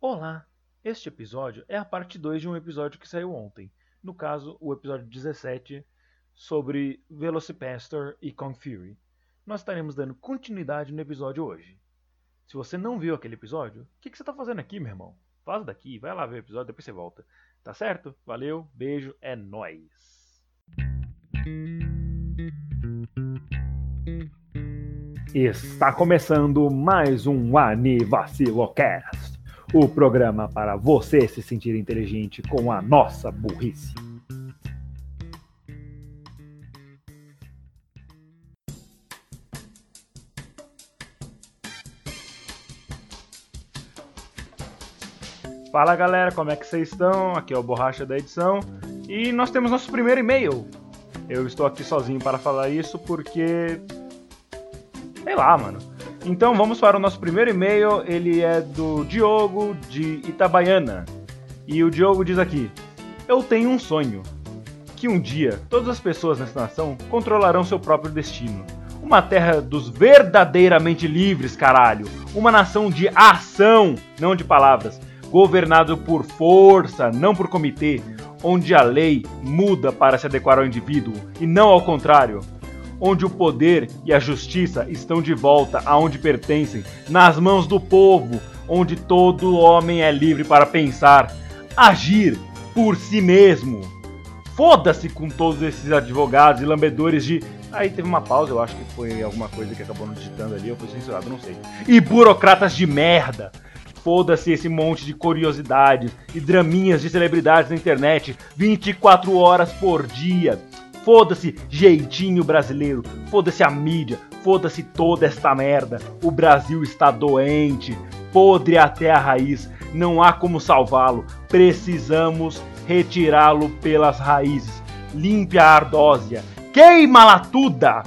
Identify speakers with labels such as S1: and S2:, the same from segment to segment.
S1: Olá! Este episódio é a parte 2 de um episódio que saiu ontem. No caso, o episódio 17 sobre Velocipastor e Kong Fury. Nós estaremos dando continuidade no episódio hoje. Se você não viu aquele episódio, o que, que você está fazendo aqui, meu irmão? Faz daqui, vai lá ver o episódio, depois você volta. Tá certo? Valeu, beijo, é nóis! Está começando mais um Anivacilocast o programa para você se sentir inteligente com a nossa burrice. Fala galera, como é que vocês estão? Aqui é o Borracha da Edição e nós temos nosso primeiro e-mail. Eu estou aqui sozinho para falar isso porque. Sei lá, mano. Então vamos para o nosso primeiro e-mail. Ele é do Diogo de Itabaiana. E o Diogo diz aqui: Eu tenho um sonho. Que um dia todas as pessoas nessa nação controlarão seu próprio destino. Uma terra dos verdadeiramente livres, caralho. Uma nação de ação, não de palavras. Governado por força, não por comitê. Onde a lei muda para se adequar ao indivíduo e não ao contrário onde o poder e a justiça estão de volta aonde pertencem, nas mãos do povo, onde todo homem é livre para pensar, agir por si mesmo. Foda-se com todos esses advogados e lambedores de. Aí teve uma pausa, eu acho que foi alguma coisa que acabou não digitando ali, eu fui censurado, não sei. E burocratas de merda! Foda-se esse monte de curiosidades e draminhas de celebridades na internet 24 horas por dia. Foda-se jeitinho brasileiro, foda-se a mídia, foda-se toda esta merda. O Brasil está doente, podre até a raiz, não há como salvá-lo. Precisamos retirá-lo pelas raízes. Limpe a ardósia, queima a latuda,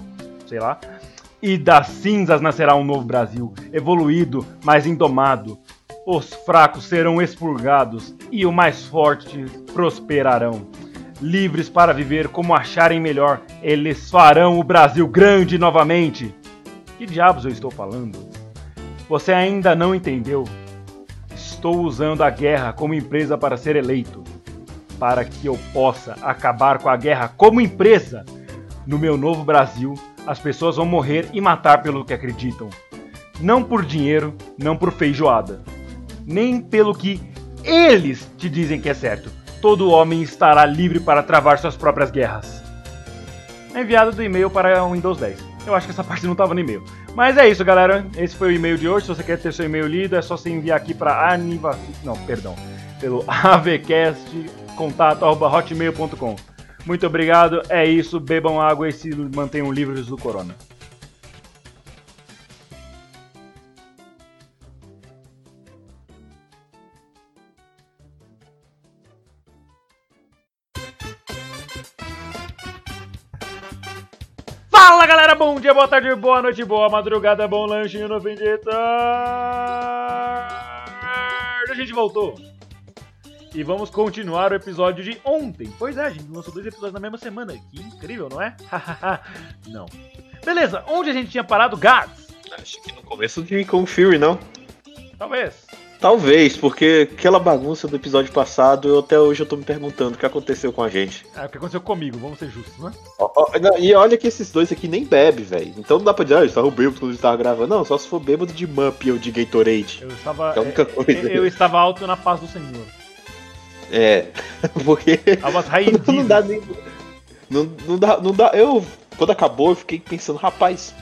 S1: sei lá. E das cinzas nascerá um novo Brasil, evoluído, mas indomado. Os fracos serão expurgados e o mais forte prosperarão livres para viver como acharem melhor. Eles farão o Brasil grande novamente. Que diabos eu estou falando? Você ainda não entendeu? Estou usando a guerra como empresa para ser eleito, para que eu possa acabar com a guerra como empresa. No meu novo Brasil, as pessoas vão morrer e matar pelo que acreditam. Não por dinheiro, não por feijoada, nem pelo que eles te dizem que é certo todo homem estará livre para travar suas próprias guerras. Enviado do e-mail para o Windows 10. Eu acho que essa parte não estava no e-mail. Mas é isso, galera. Esse foi o e-mail de hoje. Se você quer ter seu e-mail lido, é só você enviar aqui para Aniva... Não, perdão. Pelo avcastcontato.hotmail.com Muito obrigado. É isso. Bebam água e se mantenham livres do corona. Fala galera, bom dia, boa tarde, boa noite, boa madrugada, bom lanchinho no fim de tarde. A gente voltou. E vamos continuar o episódio de ontem. Pois é, a gente lançou dois episódios na mesma semana. Que incrível, não é? não. Beleza, onde a gente tinha parado? Gats.
S2: Acho que no começo de com Fury, não.
S1: Talvez.
S2: Talvez, porque aquela bagunça do episódio passado, eu até hoje eu tô me perguntando o que aconteceu com a gente.
S1: É o que aconteceu comigo, vamos ser justos, né?
S2: Ó, ó, não, e olha que esses dois aqui nem bebem, velho. Então não dá pra dizer, ah, eles estavam bêbados quando eles estavam gravando. Não, só se for bêbado de Mup ou de Gatorade.
S1: Eu estava.
S2: É a única
S1: é,
S2: coisa.
S1: Eu estava alto na paz do Senhor.
S2: É, porque
S1: Almas
S2: não,
S1: raízes.
S2: dá nem... Não, não dá, não dá... Eu, quando acabou, eu fiquei pensando, rapaz,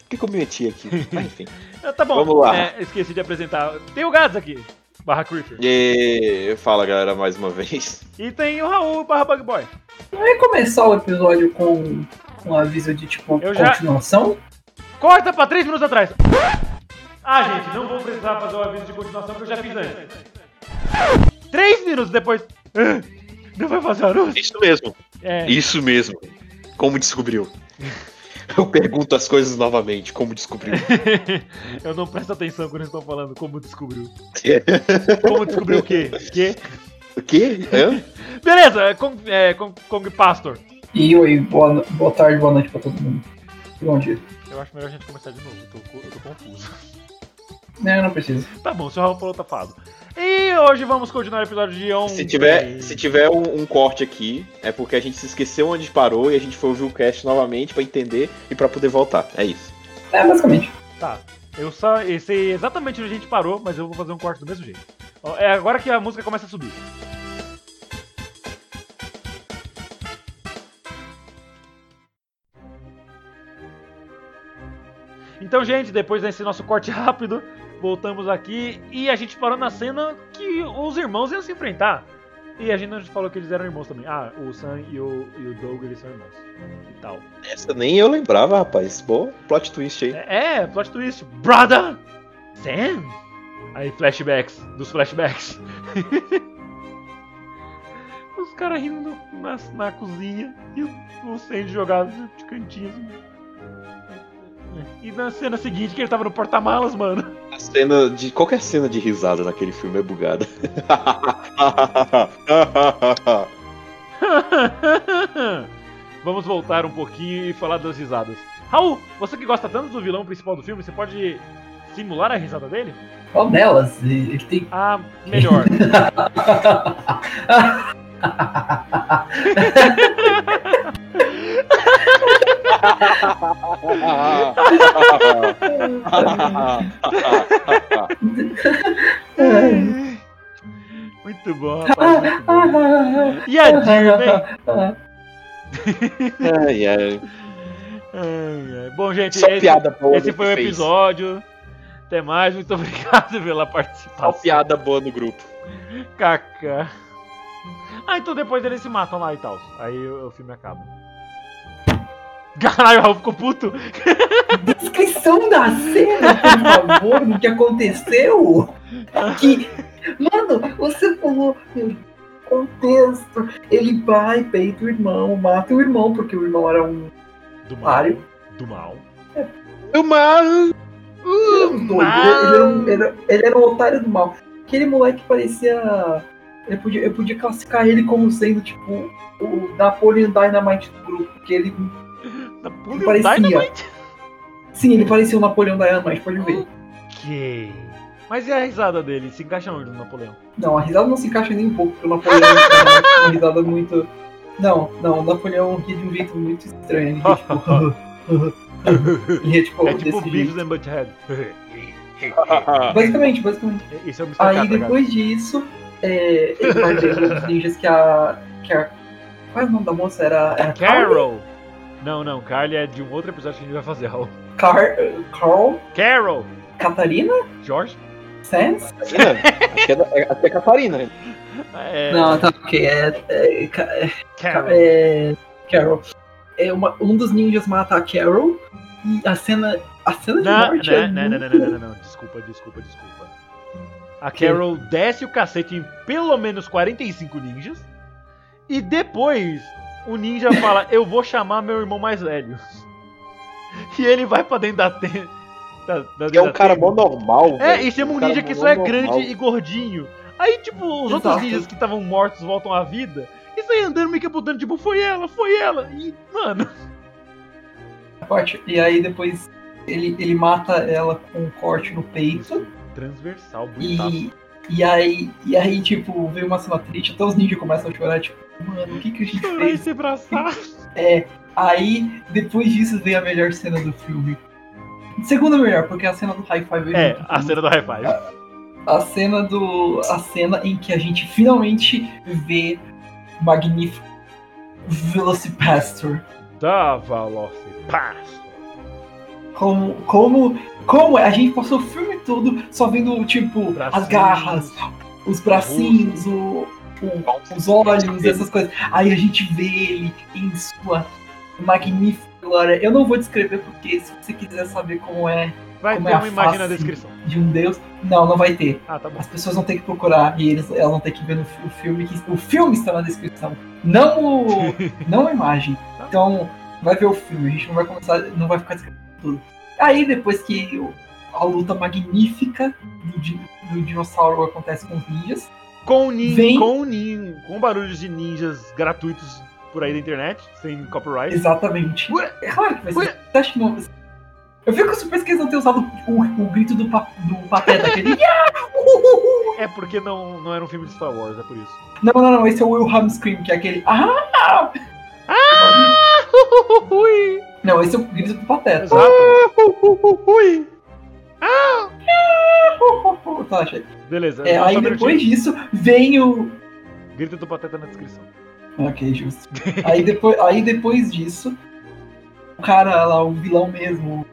S2: por que, que eu me meti aqui? Mas, enfim.
S1: Ah, Tá bom,
S2: Vamos lá.
S1: É, esqueci de apresentar. Tem o Gats aqui, barra Creeper.
S2: E fala, galera, mais uma vez.
S1: E tem o Raul, barra Bug Boy.
S3: Vai começar o episódio com um aviso de tipo
S1: Eu já-
S3: continuação?
S1: Corta pra três minutos atrás. Ah, gente, não vou precisar fazer o aviso de continuação que eu já fiz antes. Três minutos depois. Ah, Não vai fazer anúncio?
S2: Isso mesmo,
S1: É,
S2: isso mesmo. Como descobriu? Eu pergunto as coisas novamente, como descobriu?
S1: eu não presto atenção quando eles estão falando como descobriu. Como descobriu o quê? quê?
S2: o quê? Hã?
S1: Beleza, é Kong, é, Kong, Kong Pastor.
S3: E oi, boa, no- boa tarde, boa noite pra todo mundo. E Bom dia.
S1: Eu acho melhor a gente começar de novo, eu tô, co- eu tô confuso.
S3: É, Não, não precisa.
S1: Tá bom, se o Raul falou, tá falado. E hoje vamos continuar o episódio de ontem.
S2: Se tiver, se tiver um, um corte aqui, é porque a gente se esqueceu onde parou e a gente foi ouvir o cast novamente pra entender e pra poder voltar. É isso.
S3: É, basicamente.
S1: Tá. Eu só eu sei exatamente onde a gente parou, mas eu vou fazer um corte do mesmo jeito. Ó, É agora que a música começa a subir. Então, gente, depois desse nosso corte rápido, voltamos aqui e a gente parou na cena que os irmãos iam se enfrentar. E a gente não falou que eles eram irmãos também. Ah, o Sam e o, e o Doug, eles são irmãos. E tal.
S2: Essa nem eu lembrava, rapaz. Bom, plot twist aí.
S1: É, é, plot twist. Brother! Sam? Aí flashbacks, dos flashbacks. Os caras rindo no- na, na cozinha e o Sandy jogado de cantinho assim. E na cena seguinte que ele tava no porta-malas, mano.
S2: A cena de. Qualquer cena de risada naquele filme é bugada.
S1: Vamos voltar um pouquinho e falar das risadas. Raul, você que gosta tanto do vilão principal do filme, você pode simular a risada dele?
S3: Qual delas? E- Ele tem.
S1: Ah, melhor. É. Muito bom, rapaz. Muito bom. E a Jill, hein?
S2: ai,
S1: Ai,
S2: ai.
S1: ai. Bom, gente,
S2: Só
S1: esse,
S2: piada boa.
S1: esse
S2: que
S1: foi o
S2: fez.
S1: episódio. Até mais, muito obrigado pela
S2: Só
S1: participação.
S2: piada boa no grupo.
S1: Kaká. Ah, então depois eles se matam lá e tal. Aí o, o filme acaba. Caralho, o Raul ficou puto.
S3: Descrição da cena, por favor, do que aconteceu. Que. Mano, você falou. meu, Contexto. Ele vai, peita o irmão, mata o irmão, porque o irmão era um
S1: Do mal.
S3: páreo.
S1: Do mal.
S3: Ele era um doido, ele, ele era um, era- ele era um otário do mal. Aquele moleque parecia. Eu podia, eu podia classificar ele como sendo, tipo, o Napoleon Dynamite do grupo, porque ele
S1: Napoleon
S3: Parecia.
S1: Dynamite?
S3: Sim, ele parecia o Napoleão da Ana, mas pode ver.
S1: Ok. Mas e a risada dele? Se encaixa onde no Napoleão?
S3: Não, a risada não se encaixa nem um pouco, porque o Napoleão é uma risada muito. Não, não, o Napoleão ri de um jeito muito estranho. Ele ria tipo. ele ria tipo,
S1: É tipo
S3: desse
S1: Beavis
S3: jeito.
S1: and Butthead.
S2: Ah,
S3: Basicamente, basicamente.
S1: Isso é o Mr.
S3: Aí
S1: Catra, cara.
S3: depois disso, é, ele vai ver os ninjas que a. Que a qual é o nome da moça? Era. era
S1: É Carol! Não, não, Carly é de um outro episódio que a gente vai fazer, Raul.
S3: Car, Carl?
S1: Carol!
S3: Catarina?
S1: Jorge?
S3: Sans?
S2: Catarina? Acho que é, da- é, acho que é Catarina.
S1: É,
S3: Não, tá, ok. É, é, Ca-
S1: Carol.
S3: é, Carol. É uma- um dos ninjas mata a Carol e a cena, a cena de
S1: Não,
S3: morte é
S1: não, não, não,
S3: muito-
S1: não, não, não, não, desculpa, desculpa, desculpa. A Carol desce o cacete em pelo menos 45 ninjas. E depois o ninja fala: Eu vou chamar meu irmão mais velho. E ele vai pra dentro da tenda.
S2: Que é um cara mó normal.
S1: É,
S2: velho.
S1: e chama um
S2: cara
S1: ninja que
S2: mó
S1: só é
S2: normal.
S1: grande e gordinho. Aí, tipo, os outros
S3: Exato.
S1: ninjas que estavam mortos voltam à vida. E sai andando meio que apontando, tipo, foi ela, foi ela. E, mano.
S3: Corte. E aí depois ele, ele mata ela com um corte no peito
S1: Transversal, bonitaço.
S3: e, e aí e aí tipo vem uma cena triste, até os ninjas começam a chorar tipo mano o que que a gente
S1: Chorar e
S3: fez?
S1: se abraçar.
S3: É. Aí depois disso vem a melhor cena do filme. Segunda melhor, porque a cena do High Five
S1: É,
S3: muito
S1: a
S3: boa.
S1: cena do Hi-Fi.
S3: a cena do a cena em que a gente finalmente vê o magnífico Velocipastor
S1: Da Velocipasto.
S3: como como como é? a gente passou o filme todo só vendo tipo
S1: Bracinhos.
S3: as garras os bracinhos o, o- os olhos essas coisas aí a gente vê ele em sua magnífica glória eu não vou descrever porque se você quiser saber como é
S1: Vai
S3: Como
S1: ter
S3: é a
S1: uma imagem na
S3: face.
S1: descrição.
S3: de um deus não não vai ter
S1: Ah, tá bom.
S3: As pessoas vão ter que procurar e eles, elas vão ter que ver no fi- o filme que o filme está na descrição, não o, não a imagem. Então vai ver o filme, a gente não vai começar, não vai ficar descrevendo tudo. Aí depois que o- a luta magnífica do, di- do dinossauro acontece com os ninjas,
S1: Com nin,
S3: Vem.
S1: com nin, com barulhos de ninjas gratuitos por aí da internet, sem copyright.
S3: exatamente.
S1: Ué,
S3: É claro que vai
S1: ué.
S3: ser. Você acha que não? Eu fico surpreso que eles não tenham usado o, o grito do, pa- do Pateta, aquele "Yeah! Uhuhu!"
S1: É porque não, não era um filme de Star Wars, é por isso.
S3: Não, não, não, esse é o Wilhelm Scream, que é aquele Ah! Não, esse é o grito do Pateta.
S1: Exato.
S3: Uhuhu! Tá, achei.
S1: Beleza.
S3: É,
S1: só
S3: aí
S1: um
S3: depois
S1: minutinho.
S3: disso vem o.
S1: Grita do Pateta na descrição.
S3: Ok, justo. aí, depois, aí depois disso, o cara lá, o vilão mesmo,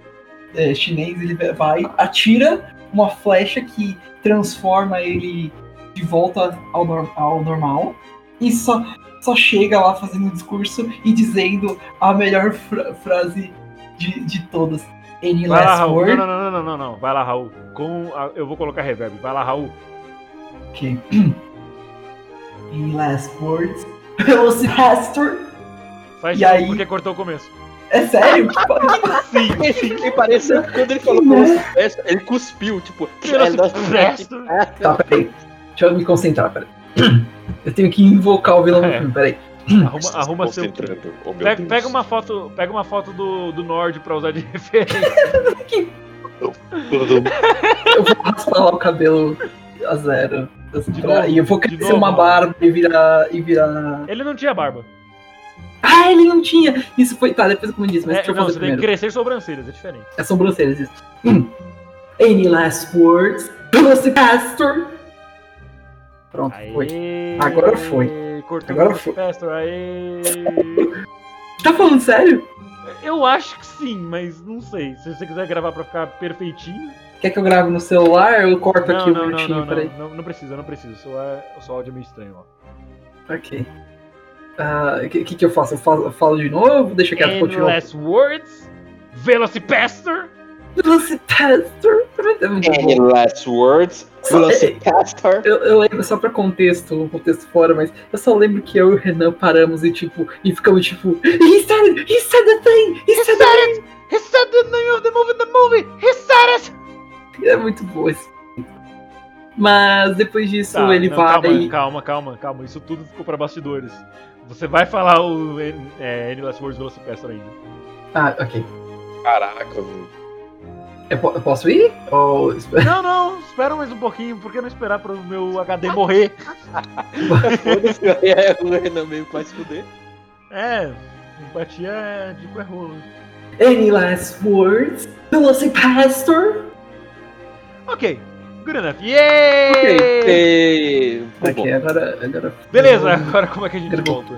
S3: é, chinês, ele vai, atira uma flecha que transforma ele de volta ao, nor- ao normal e só, só chega lá fazendo um discurso e dizendo a melhor fra- frase de, de todas. Any
S1: Vai lá,
S3: last
S1: Raul. Não,
S3: word?
S1: não, não, não, não, não. Vai lá, Raul. Com a- Eu vou colocar reverb. Vai lá, Raul.
S3: Ok. Any last words? Velociraptor?
S1: Sai
S3: E
S1: de novo,
S3: aí?
S1: porque cortou o começo.
S3: É sério? Tipo,
S1: Sim.
S2: E parece que quando ele falou "Velociraptor", né? ele cuspiu, tipo,
S1: assim, Velociraptor.
S2: é,
S3: Tá, peraí. Deixa eu me concentrar, peraí. Eu tenho que invocar o vilão do
S1: É.
S3: filme, peraí.
S1: Arruma, arruma seu.
S2: Concentrando, oh, meu
S1: Pega,
S2: Deus.
S1: pega uma foto, pega uma foto do, do Nord pra usar de referência.
S3: Eu vou raspar lá o cabelo a zero.
S1: De
S3: Pra-
S1: novo?
S3: E eu vou
S1: De
S3: crescer
S1: novo?
S3: uma barba e virar, e virar.
S1: Ele não tinha barba.
S3: Ah, ele não tinha! Isso foi. Tá, depois como diz, mas
S1: É,
S3: deixa eu
S1: não,
S3: fazer
S1: você tem que
S3: primeiro.
S1: crescer sobrancelhas, é diferente.
S3: É sobrancelhas isso. Hum. Any last words? Velocipastor! Pronto, foi.
S1: Aê,
S3: Agora foi.
S1: Cortou
S3: Agora
S1: o
S3: foi.
S1: Pastor, aê.
S3: Tá falando sério?
S1: Eu acho que sim, mas não sei. Se você quiser gravar pra ficar perfeitinho.
S3: Quer que eu grave no celular? Eu corto
S1: Não,
S3: aqui um
S1: não, não,
S3: minutinho,
S1: não,
S3: peraí.
S1: não, não, não precisa, não precisa. O seu, é- o seu áudio é meio estranho, ó.
S3: Ok. O que, que eu faço? Eu falo, eu falo de novo? Deixa quieto,
S1: Any
S3: continua.
S1: last words? Velocipastor?
S3: Velocipastor. É muito bom.
S2: Any last words? Velociraptor.
S3: Eu, eu lembro, só pra contexto, um contexto fora, mas eu só lembro que eu e o Renan paramos e tipo, e ficamos tipo, he started, he said the thing, he said the
S1: He said the name of the movie, the movie! He said it!
S3: thing. É muito bom esse. Mas depois disso
S1: Tá,
S3: ele
S1: não,
S3: vai.
S1: calma, calma, calma, calma. Isso tudo ficou pra bastidores. Você vai falar o N- é, Any Last Words Velocipastor ainda.
S3: Ah, ok.
S2: Caraca, velho.
S3: Eu, po- eu posso ir? Ou.
S1: Não, não, espera mais um pouquinho. Por que não esperar pro meu HD morrer?
S2: Foda-se, é o Renan meio que vai se fuder.
S1: É, empatia é tipo é rolo.
S3: Any last words? Velocipastor?
S1: Ok, good enough. Yay!
S2: Ok. Tá bom.
S3: Ok, agora. agora
S1: Beleza, agora como é que a gente volta?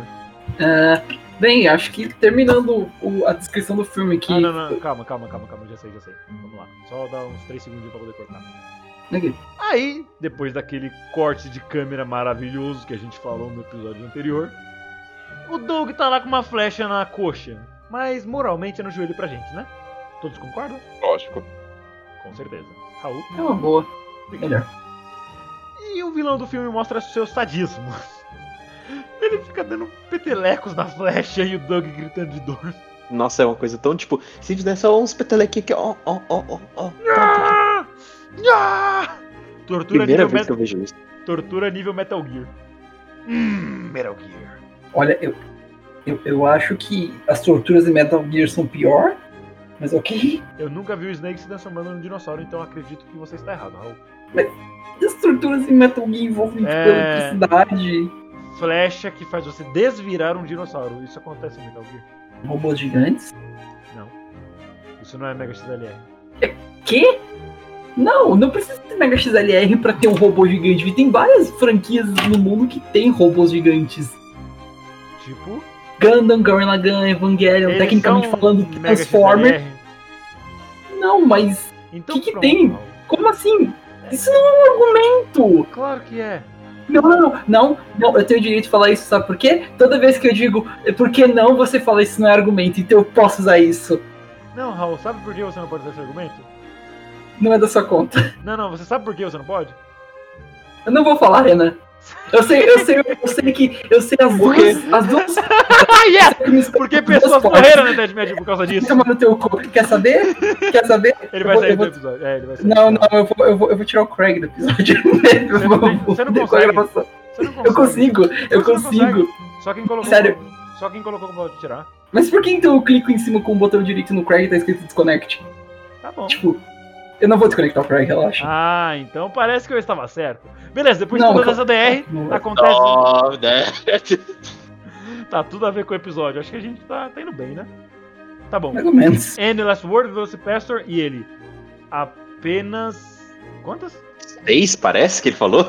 S3: Ah, bem, acho que terminando o- a descrição do filme que.
S1: Ah, não, não, calma, calma, calma, calma, já sei, já sei. Vamos lá, só dar uns 3 segundinhos pra poder cortar.
S3: Ok.
S1: Aí, depois daquele corte de câmera maravilhoso que a gente falou no episódio anterior, o Doug tá lá com uma flecha na coxa, mas moralmente é no joelho pra gente, né? Todos concordam?
S2: Lógico.
S1: Com certeza. Raul?
S3: É uma boa. Melhor.
S1: E o vilão do filme mostra seu sadismo. Ele fica dando petelecos na flecha e o Doug gritando de dor.
S2: Nossa, é uma coisa tão tipo. Se te der só uns petelequinhos aqui, ó, ó, ó, ó, ó.
S1: Ah! Ah! Tortura
S2: Primeira
S1: nível,
S2: vez
S1: Met-
S2: que eu vejo isso.
S1: Tortura nível Metal Gear. Hum, Metal Gear.
S3: Olha, eu, eu, eu acho que as torturas em Metal Gear são pior, mas ok.
S1: Eu nunca vi o Snake se transformando num dinossauro, então acredito que você está errado, Raul.
S3: As torturas em Metal Gear envolvem tipo,
S1: É.
S3: eletricidade,
S1: Flecha que faz você desvirar um dinossauro. Isso acontece em Metal Gear.
S3: robôs gigantes.
S1: Isso não é Mega XLR.
S3: Que? Não, não precisa de Mega XLR pra ter um robô gigante. E Tem várias franquias no mundo que tem robôs gigantes.
S1: Tipo,
S3: Gundam, Gurren Lagann, Evangelion,
S1: eles
S3: Então, tecnicamente
S1: são
S3: falando,
S1: Mega
S3: Transformer.
S1: XLR.
S3: Não, mas
S1: Então
S3: Que que
S1: pronto,
S3: tem?
S1: Raul.
S3: como assim? Isso não é um argumento!
S1: Claro que é.
S3: Não, não, não, não, não, eu tenho o direito de falar isso, sabe por quê? Toda vez que eu digo "É por que não, você fala isso não é argumento, então eu posso usar isso.
S1: Não, Raul, sabe por que você não pode usar esse argumento?
S3: Não é da sua conta.
S1: Não, não, você sabe por que você não pode?
S3: Eu não vou falar, Renan. Eu sei, eu sei, eu sei que eu sei as
S2: Por quê?
S3: duas. As duas.
S1: Ah, yeah!
S3: que me-
S1: Porque
S3: as
S1: pessoas
S3: duas partes.
S1: morreram na Dead Match por causa disso.
S3: Chama no teu cu. Quer saber? Quer saber?
S1: Ele
S3: Eu
S1: vai
S3: vou-
S1: sair
S3: eu
S1: do
S3: vou-
S1: episódio. É, ele vai sair.
S3: Não, não, eu vou, eu vou, eu vou tirar o Craig do episódio.
S1: Você não tem- você não consegue. Você não
S3: Eu
S1: consegue.
S3: consigo, eu
S1: Você não
S3: consigo.
S1: Só quem colocou.
S3: Sério.
S1: Só quem colocou pode tirar.
S3: Mas por que então eu clico em cima com o botão direito no Craig e tá escrito disconnect?
S1: Tá bom.
S3: Tipo, eu não vou desconectar o Craig, relaxa.
S1: Ah, então parece que eu estava certo. Beleza, depois
S3: Não,
S1: de toda
S3: eu-
S1: essa DR,
S3: Não,
S1: acontece.
S2: Oh, né?
S1: Tá tudo a ver com o episódio. Acho que a gente tá, tá indo bem, né? Tá bom.
S3: mais ou menos.
S1: Any Last Word, Velocipastor e ele. Apenas. Quantas?
S2: Seis, parece que ele falou.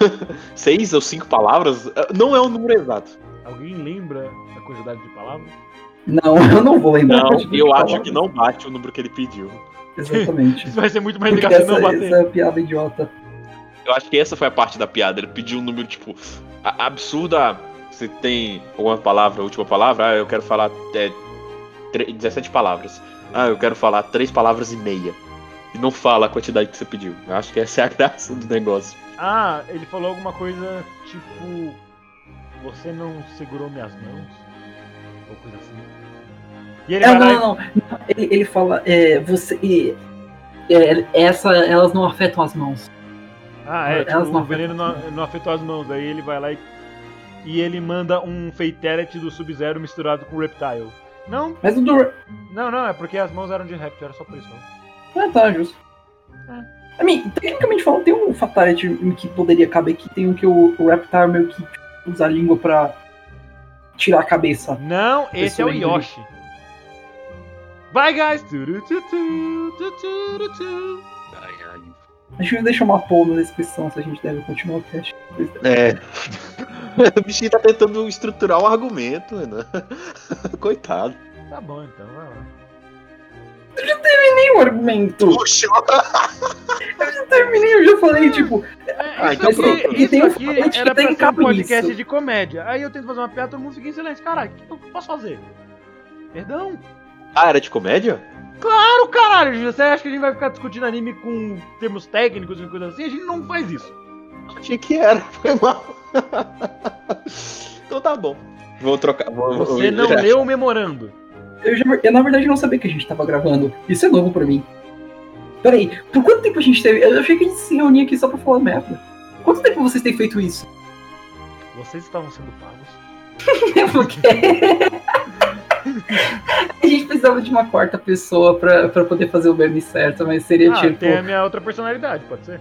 S2: Seis ou cinco palavras. Não é o número exato.
S1: Alguém lembra a quantidade de palavras?
S3: Não, eu não vou lembrar.
S2: Não,
S3: de
S2: eu
S3: falar.
S2: acho que não bate o número que ele pediu.
S3: Exatamente.
S1: Isso vai ser muito mais
S3: Porque
S1: legal se
S3: essa,
S1: não bater.
S3: essa é piada idiota.
S2: Eu acho que essa foi a parte da piada. Ele pediu um número, tipo, a- absurda. Você tem alguma palavra, última palavra? Ah, eu quero falar é, tre- 17 palavras. Ah, eu quero falar três palavras e meia. E não fala a quantidade que você pediu. Eu acho que essa é a graça do negócio.
S1: Ah, ele falou alguma coisa tipo. Você não segurou minhas mãos? Ou coisa assim. E ele
S3: É,
S1: vai
S3: não,
S1: lá e-
S3: não, não. Ele, ele fala, é, você. e- é, essa, elas não afetam as mãos.
S1: Ah, é,
S3: Elas
S1: tipo,
S3: não
S1: o veneno
S3: afetam as
S1: não, não afetou as mãos. Aí ele vai lá e, e ele manda um Fatality do Sub-Zero misturado com Reptile. Não,
S3: Mas o do.
S1: não, não, é porque as mãos eram de Reptile, era só por isso. não.
S3: Ah, tá, justo.
S1: Ah.
S3: I mean, tecnicamente falando, tem um Fatality que poderia caber que tem um que o, o Reptar meio que usa a língua pra tirar a cabeça.
S1: Não, esse é o
S3: Pessoa
S1: Yoshi. Bye, guys! Turu, tu, tu, tu, tu, tu, tu.
S3: A gente deixa uma poll na descrição se a gente deve continuar o cast.
S2: É. o bichinho tá tentando estruturar um argumento, Renan. Coitado.
S1: Tá bom, então, vai lá.
S3: Tem um argumento!
S2: Puxa,
S3: Eu terminei, eu já falei, tipo,
S1: É,
S2: Ah,
S1: isso
S2: então
S1: aqui,
S2: pronto.
S1: isso
S3: E tem um
S1: aqui
S3: fatality
S1: era pra
S3: que tem
S1: ser um
S3: capricho.
S1: podcast de comédia. Aí eu tento fazer uma piada, todo mundo fica em silêncio. Caralho, o que eu posso fazer? Perdão?
S2: Ah, era de comédia?
S1: Claro, Então, caralho, Júlio, você acha que a gente vai ficar discutindo anime com termos técnicos e coisa assim? A gente não faz isso.
S2: Achei que era, foi mal. então tá bom. Vou trocar. Vou, vou-
S1: Você não
S2: vou-
S1: leu o memorando.
S3: eu, já, eu na verdade não sabia que a gente tava gravando. Isso é novo pra mim. Peraí, por quanto tempo a gente teve? Eu achei que a gente se reunia aqui só pra falar merda. Quanto tempo vocês têm feito isso?
S1: Vocês estavam sendo pagos.
S3: É Porque a gente precisava de uma quarta pessoa pra, pra poder fazer o meme certo, mas seria
S1: Ah,
S3: tipo.
S1: tem a minha outra personalidade, pode ser?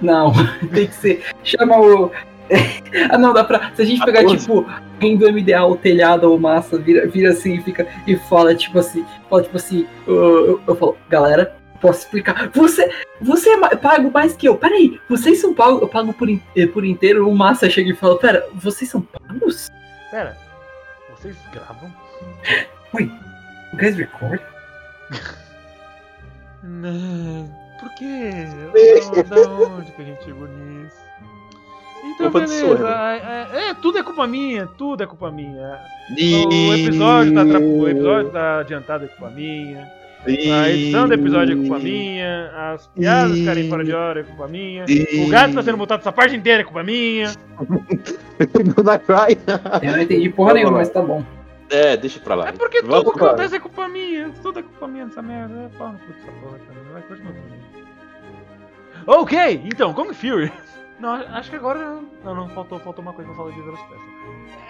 S3: Não, tem que ser. Chama o. ah, não, dá pra. Se a gente pegar,
S2: 14.
S3: tipo, alguém do MDA, o telhado ou massa, vira, vira assim e fica. E fala, tipo assim. Fala, tipo assim. "Ah, eu, eu falo, galera, posso explicar. Você, você é ma- pago mais que eu. Peraí, vocês são pagos. Eu pago por, in- eh, por inteiro. O massa chega e fala, pera, vocês são pagos?
S1: Pera, vocês gravam?
S3: You guys record?
S1: Não, por quê? Da- Da onde que a gente chegou nisso? Então,
S2: Culpa do né?
S1: beleza.
S2: Sordo.
S1: É, é, é, tudo é culpa minha, tudo é culpa minha. O
S2: Ih,
S1: episódio tá, atra- o episódio tá adiantado é culpa minha. A edição do episódio é culpa minha, as piadas
S2: Ih.
S1: ficarem fora de hora é culpa minha,
S2: Ih.
S1: o gato tá sendo botado essa parte inteira é culpa minha.
S2: Não dá cry.
S3: Eu não entendi porra
S2: Vamos
S3: nenhuma,
S2: lá.
S3: mas tá bom.
S2: É, deixa pra lá.
S1: É porque tudo
S2: Vamos
S1: que
S2: lá.
S1: acontece é culpa minha, tudo é culpa minha dessa merda. É pau no cu dessa porra também, vai, continua também. Ok, então, Kong Fury. Não, acho que agora. Não, não, faltou, faltou uma coisa pra falar de Velocipesta.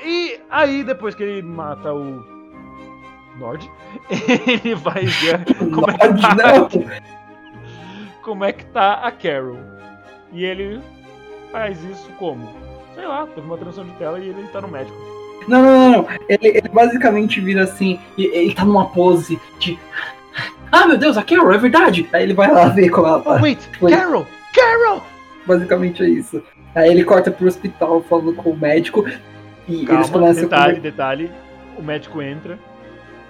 S1: E aí, depois que ele mata o. Nord, ele vai ver Como é que tá?
S3: Não,
S1: como é que tá a Carol. E ele faz isso como? Sei lá, teve uma transição de tela e ele tá no médico.
S3: não, não, não. Ele, ele basicamente vira assim, e- ele tá numa pose de. Ah, meu Deus, a Carol, é verdade! Aí ele vai lá ver como ela
S1: Oh,
S3: tá.
S1: wait!
S3: Foi.
S1: Carol! Carol!
S3: Basicamente é isso. Aí ele corta pro hospital falando com o médico. E eles
S1: Calma,
S3: começam
S1: detalhe,
S3: a
S1: detalhe. O médico entra,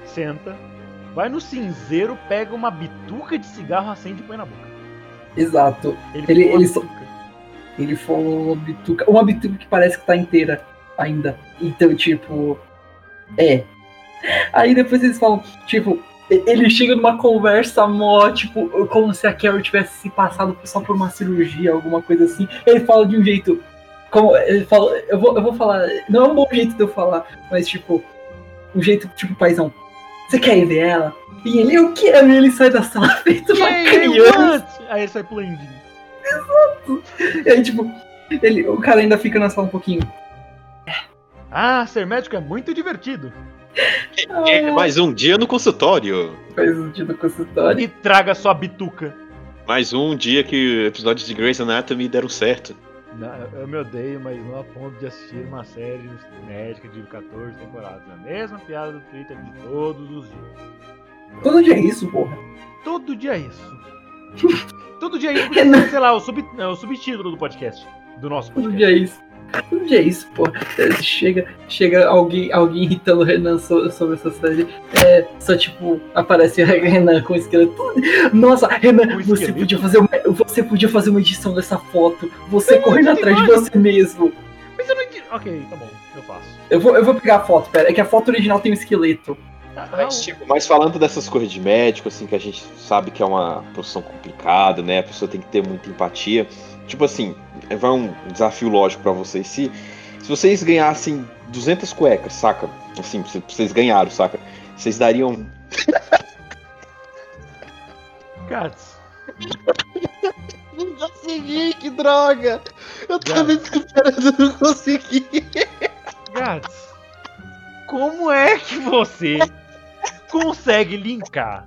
S1: senta, vai no cinzeiro, pega uma bituca de cigarro, acende e põe na boca.
S3: conver- Exato. Ele-
S1: pegou uma
S3: ele só-
S1: bituca.
S3: Ele falou uma bituca. Uma bituca que parece que tá inteira ainda. Então, tipo. É. Aí depois eles falam, tipo, e- ele chega numa conversa mó, tipo, como se a Carol tivesse se passado só por uma cirurgia, alguma coisa assim. Ele fala de um jeito. Como. Ele fala. Eu vou, eu vou falar. Não é um bom jeito de eu falar, mas tipo. Um jeito, tipo, paizão. Você quer ir ver ela? E ele, eu quero, e ele sai da sala feito uma
S1: Yay,
S3: Tá criança.
S1: what? Aí ele sai pro landing.
S3: E aí, tipo, ele, o cara ainda fica na sala um pouquinho.
S1: Ah, ser médico é muito divertido.
S2: É, mais um dia no consultório.
S3: Faz o dia do consultório.
S1: E traga sua bituca.
S2: Mais um dia que episódios de Grey's Anatomy deram certo.
S1: Não, eu- eu me odeio, mas não a ponto de assistir uma série médica de 14 temporadas. A mesma piada do Twitter de todos os dias.
S3: Todo dia é isso, porra.
S1: Todo dia é isso. Todo dia é isso, podia ser, sei lá, o, sub- é, o subtítulo do podcast. Do nosso
S3: Todo
S1: podcast.
S3: dia é isso. Todo dia é isso, porra. É, Chega, chega alguém, alguém irritando o Renan so- sobre essa série. É, só tipo, aparece o Renan com o esqueleto. Nossa, Renan,
S1: Com
S3: você
S1: esqueleto?
S3: podia, fazer uma, você podia fazer uma edição dessa foto. Você correndo
S1: mas
S3: atrás de
S1: demais.
S3: você mesmo.
S1: Mas eu não entendi. Ok, tá bom, eu faço.
S3: Eu vou, eu vou pegar a foto, pera. É que a foto original tem um esqueleto.
S1: Tá,
S2: Mas, tipo, mas falando dessas coisas de médico, assim, que a gente sabe que é uma profissão complicada, né? A pessoa tem que ter muita empatia. Tipo assim, vai um desafio lógico pra vocês. Se, se vocês ganhassem 200 cuecas, saca? Assim, se vocês ganharam, saca? Vocês dariam.
S1: Gats,
S2: Não consegui, que droga! Eu
S1: tava
S2: esperando, não consegui!
S1: Gats, como é que você consegue linkar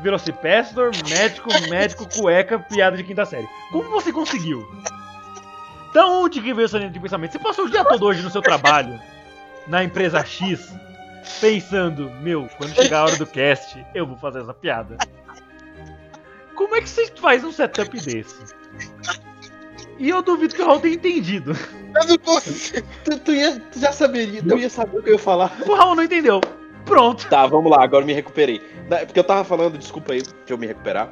S1: Velocipestor, médico, médico, cueca, piada de quinta série? Como você conseguiu? Da onde que veio essa linha de pensamento? Você passou o dia todo hoje no seu trabalho, na empresa X, pensando, meu, quando chegar a hora do cast, eu vou fazer essa piada. Como é que você faz um setup desse? E eu duvido que o Raul tenha entendido.
S2: Eu não consigo! Tu, ia, já saberia, tu ia saber o que eu ia falar.
S1: O Raul não entendeu. Pronto.
S2: Tá, vamos lá, agora me recuperei. Da- É porque eu tava falando, desculpa aí, deixa eu me recuperar.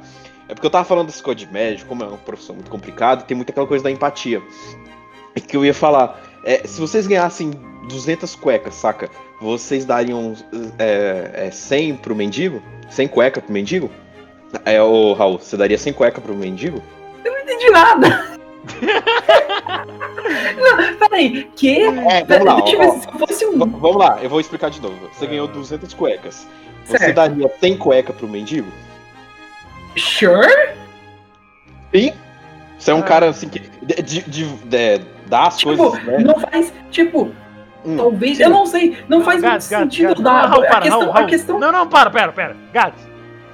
S2: É porque eu tava falando desse código médico, como é uma profissão muito complicada, tem muito aquela coisa da empatia. E que eu ia falar, é, se vocês ganhassem 200 cuecas, saca? Vocês dariam é, é, 100 pro mendigo? 100 cueca pro mendigo? É, ô Raul, você daria 100 cueca pro mendigo?
S3: Não entendi nada. não, peraí. Que?
S2: É,
S3: Pera,
S2: vamos lá,
S3: deixa eu
S2: ó,
S3: ver se eu fosse
S2: V-
S3: um.
S2: vamos lá, eu vou explicar de novo. Você ganhou 200 cuecas. Você tá-
S3: Certo.
S2: daria 100 cueca pro mendigo?
S3: Sure?
S2: Sim. Você é um
S1: Ah.
S2: cara assim que. De, de, de- de- dá as
S3: Tipo,
S2: coisas, né?
S3: não faz. Tipo,
S2: Hum.
S3: talvez. Eu não sei. Não faz muito
S1: Gads, Gads,
S3: sentido
S1: Gads.
S3: dar.
S1: Não, Raul,
S3: a
S1: para,
S3: questão.
S1: Raul,
S3: a
S1: Raul.
S3: questão
S1: Não, não, para, pera, pera. Gatos.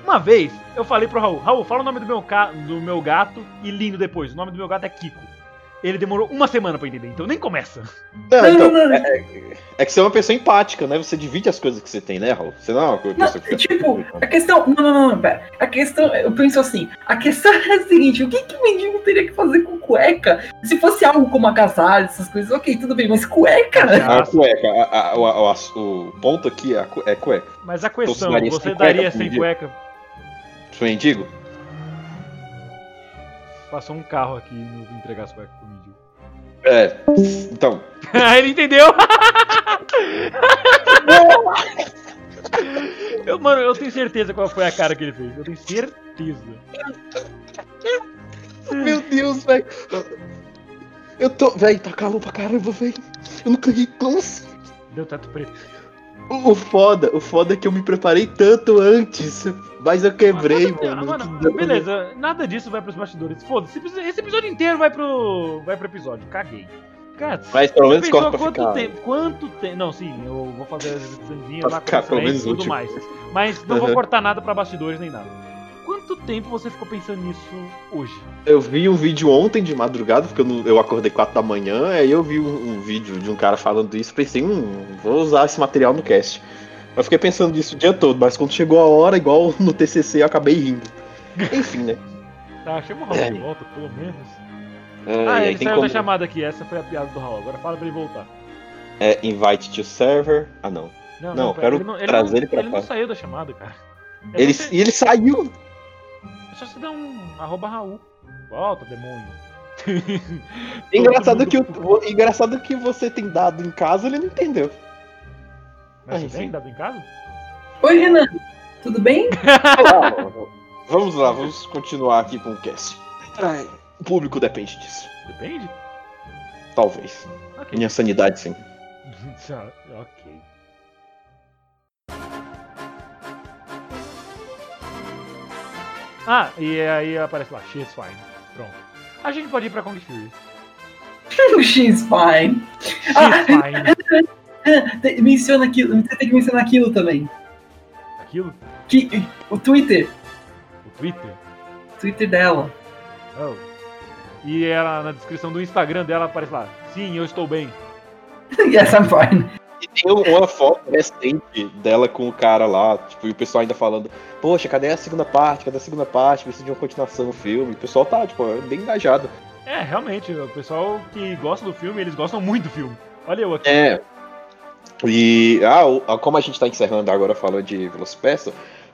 S1: Uma vez eu falei pro Raul, Raul, fala o nome do meu, ca- do meu gato e lindo depois. O nome do meu gato é Kiko. Ele demorou uma semana pra entender, então nem começa.
S2: Não,
S3: Não,
S2: então,
S3: não, não.
S2: É, é- é que você é uma pessoa empática, né? Você divide as coisas que você tem, né, Raul? Você então. não é uma pessoa
S3: Não,
S2: que fica-
S3: tipo, a questão. Não, não, não, não, pera. A questão. Eu penso assim. A questão é a seguinte: o que, que o mendigo teria que fazer com cueca? Se fosse algo como agasalho, essas coisas, ok, tudo bem, mas cueca?
S2: A Ah, cueca, a- a- o- a- o, o ponto aqui é, a cu- é cueca.
S1: Mas a questão,
S2: Então, você daria
S1: você
S2: sem
S1: daria
S2: cueca pro
S1: sem cueca?
S2: Sou Tipo, mendigo?
S1: Passou um carro aqui e não vim entregar as cuecas pro mendigo.
S2: É. Então.
S1: Ele entendeu! eu, mano, eu tenho certeza qual foi a cara que ele fez. Eu tenho certeza.
S2: Meu Deus, velho. Eu tô. Velho, tá calor pra caramba, velho. Eu nunca ri tão
S1: Deu teto preto.
S2: O o foda, o foda é que eu me preparei tanto antes, mas eu quebrei,
S1: Mas,
S2: mano.
S1: mano,
S2: Que-
S1: beleza, nada disso vai pros bastidores. Foda-se, esse episo- esse episódio inteiro vai pro. Vai pro episódio. Caguei. Cara,
S2: Mas pelo menos corta pra
S1: quanto
S2: ficar.
S1: tempo. Quanto tempo. Não, sim, eu vou fazer as ediçõezinhas
S2: Pra
S1: lá com
S2: ficar
S1: o
S2: pelo
S1: silêncio
S2: menos
S1: e tudo
S2: útil.
S1: mais. Mas não vou
S2: Uhum.
S1: cortar nada pra bastidores nem nada. Quanto tempo você ficou pensando nisso hoje?
S2: Eu vi um vídeo ontem de madrugada, porque eu, não- eu acordei 4 da manhã, aí eu vi um, um vídeo de um cara falando isso, pensei, hum, vou usar esse material no cast. Eu fiquei pensando nisso o dia todo, mas quando chegou a hora, igual no TCC, eu acabei rindo. Enfim, né?
S1: Tá, chama o Raul
S2: É.
S1: de volta, pelo menos.
S2: É,
S1: Ah,
S2: e aí
S1: ele
S2: tem
S1: saiu
S2: como-
S1: da chamada aqui, essa foi a piada do Raul. Agora fala pra ele voltar.
S2: é, invite to server. Ah, não. Não,
S1: pera,
S2: quero trazer ele pra
S1: ele não
S2: cá.
S1: saiu da chamada, cara. É
S2: Ele,
S1: você-
S2: e ele saiu.
S1: É só você dar um arroba Raul. Volta, demônio.
S2: Engraçado
S1: mundo-
S2: que, o- engraçado que você tem dado em casa, ele não entendeu.
S1: Mas
S2: Ah,
S1: você tem
S2: enfim.
S1: dado em casa?
S3: Oi, Renan. Tudo bem?
S1: Ah,
S2: Vamos lá, vamos continuar aqui com o cast. Ai, o público depende disso.
S1: Depende?
S2: Talvez.
S1: Ok.
S2: Minha sanidade, sim.
S1: Tá, ok. Ah, e aí aparece lá, she's fine. Pronto. A gente pode ir pra Kong Fury.
S3: She's fine.
S1: She's fine.
S3: Tem- Menciona aquilo, você tem que mencionar aquilo também.
S1: Aquilo?
S3: Que, o Twitter,
S1: O Twitter?
S3: Twitter dela.
S1: Oh. E ela, na descrição do Instagram dela, aparece lá: Sim, eu estou bem.
S3: yes, I'm fine.
S2: E tem um- uma foto recente dela com o cara lá, tipo, e o pessoal ainda falando, poxa, cadê a segunda parte? Cadê a segunda parte? Precisa de uma continuação no filme. O pessoal tá, tipo, bem engajado.
S1: É, realmente, o pessoal que gosta do filme, eles gostam muito do filme. Olha eu aqui.
S2: É. E ah, o- ah, como a gente tá encerrando agora falando de Velocipeça,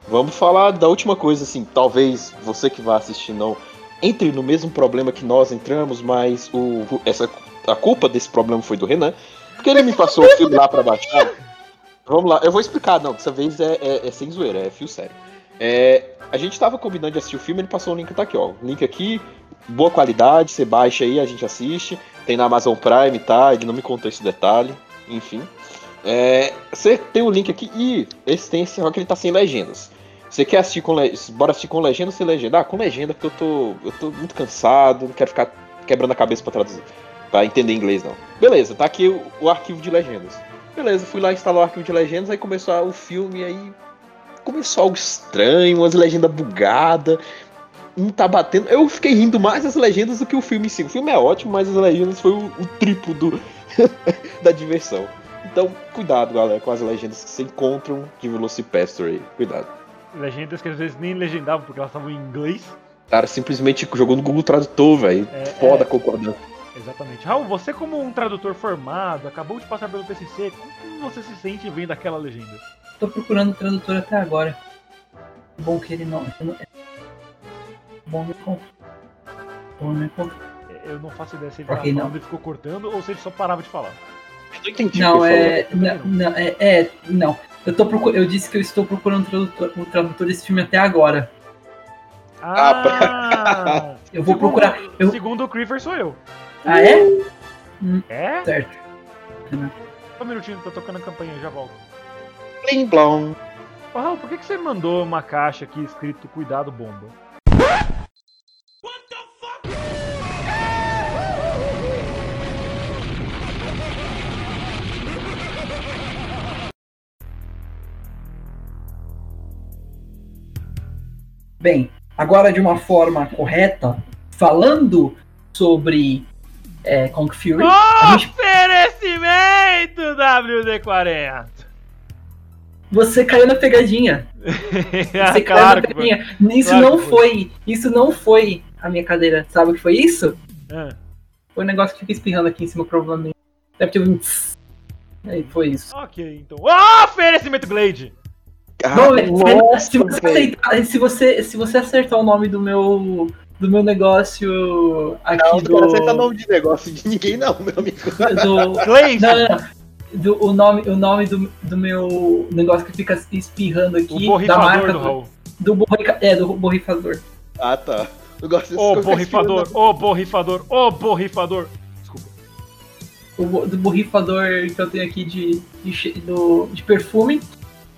S2: vamos falar da última coisa, assim, talvez você que vai assistir não entre no mesmo problema que nós entramos, mas o, o- essa, a culpa desse problema foi do Renan, porque ele me passou o filme lá pra baixar. Vamos lá, eu vou explicar, não, dessa vez é, é- é sem zoeira, é fio sério. É, a gente tava combinando de assistir o filme, ele passou o link tá aqui, ó. Link aqui, boa qualidade, você baixa aí, a gente assiste. Tem na Amazon Prime, tá? Ele não me contou esse detalhe. Enfim. É, você tem o link aqui. e esse tem esse, só que ele tá sem legendas. Você quer assistir com legendas? Bora assistir com legenda ou sem legenda? Ah, com legenda, porque eu tô, eu tô muito cansado, não quero ficar quebrando a cabeça pra traduzir. Pra entender inglês, não. Beleza, tá aqui o, o arquivo de legendas. Beleza, fui lá instalar o arquivo de legendas, aí começou o filme, aí começou algo estranho, umas legendas bugadas não tá batendo. Eu fiquei rindo mais as legendas do que o filme em si. O filme é ótimo, mas as legendas foi o, o triplo do, da diversão. Então, cuidado, galera, com as legendas que se encontram de Velocipastor aí. Cuidado.
S1: Legendas que às vezes nem legendavam porque elas estavam em inglês.
S2: O cara simplesmente jogou no Google Tradutor, velho.
S1: É,
S2: Foda
S1: é,
S2: concordância.
S1: exatamente. Raul, você como um tradutor formado, acabou de passar pelo TCC, como você se sente vendo aquela legenda?
S3: Tô procurando o tradutor até agora. Bom que ele não. eu não- é. Bom me confundir. Bom me confundir.
S1: É, Eu não faço ideia se ele tava
S3: Ok, não.
S1: falando e ficou cortando ou se ele só parava de falar.
S2: Eu não entendi o
S3: Não,
S2: que ele falou.
S3: é, não, não, é. É, não. Eu, tô procu- eu disse que eu estou procurando o tradutor, o tradutor desse filme até agora.
S1: Ah!
S3: Eu vou
S1: Segundo-
S3: procurar. eu-
S1: Ah, Segundo o Creeper sou eu.
S3: Ah, é?
S1: É?
S3: Certo.
S1: Só um minutinho, tô tocando a campainha, já volto.
S2: Plim, blom.
S1: Ô, Raul, por que, que você mandou uma caixa aqui escrito Cuidado Bomba?
S3: Bem, agora de uma forma correta, falando sobre é, Kong Fury,
S1: Ah!
S3: a gente-
S1: Oferecimento WD-40!
S3: você caiu na pegadinha. Você caiu
S1: Ah, claro
S3: na
S1: que foi.
S3: pegadinha. Isso
S1: Claro
S3: não
S1: que foi.
S3: foi. Isso não foi a minha cadeira. Sabe o que foi isso?
S1: Ah,
S3: Foi um negócio que fica espirrando aqui em cima, provavelmente. Deve ter um tss. Aí foi isso.
S1: ok, então. Oferecimento Glade!
S3: Bom,
S2: Ah,
S3: velho, se você,
S2: velho.
S3: aceitar- se você- se você acertar o nome do meu. Do meu negócio aqui
S2: Não,
S3: do.
S2: não aceita nome de negócio de ninguém, não, meu amigo.
S3: do-
S1: Glade!
S3: Não, não, não. Do- o nome, o nome do, do meu negócio que fica espirrando
S1: O
S3: aqui, da
S1: borrifador do
S3: marca do,
S1: Raul.
S3: do borrica- é, do borrifador.
S2: Ah, tá. Eu gosto dessas
S1: Ô
S2: coisas que
S1: borrifador, ô borrifador, ô borrifador. Desculpa.
S3: O bo- do borrifador que eu tenho aqui de, de, che- do, de perfume.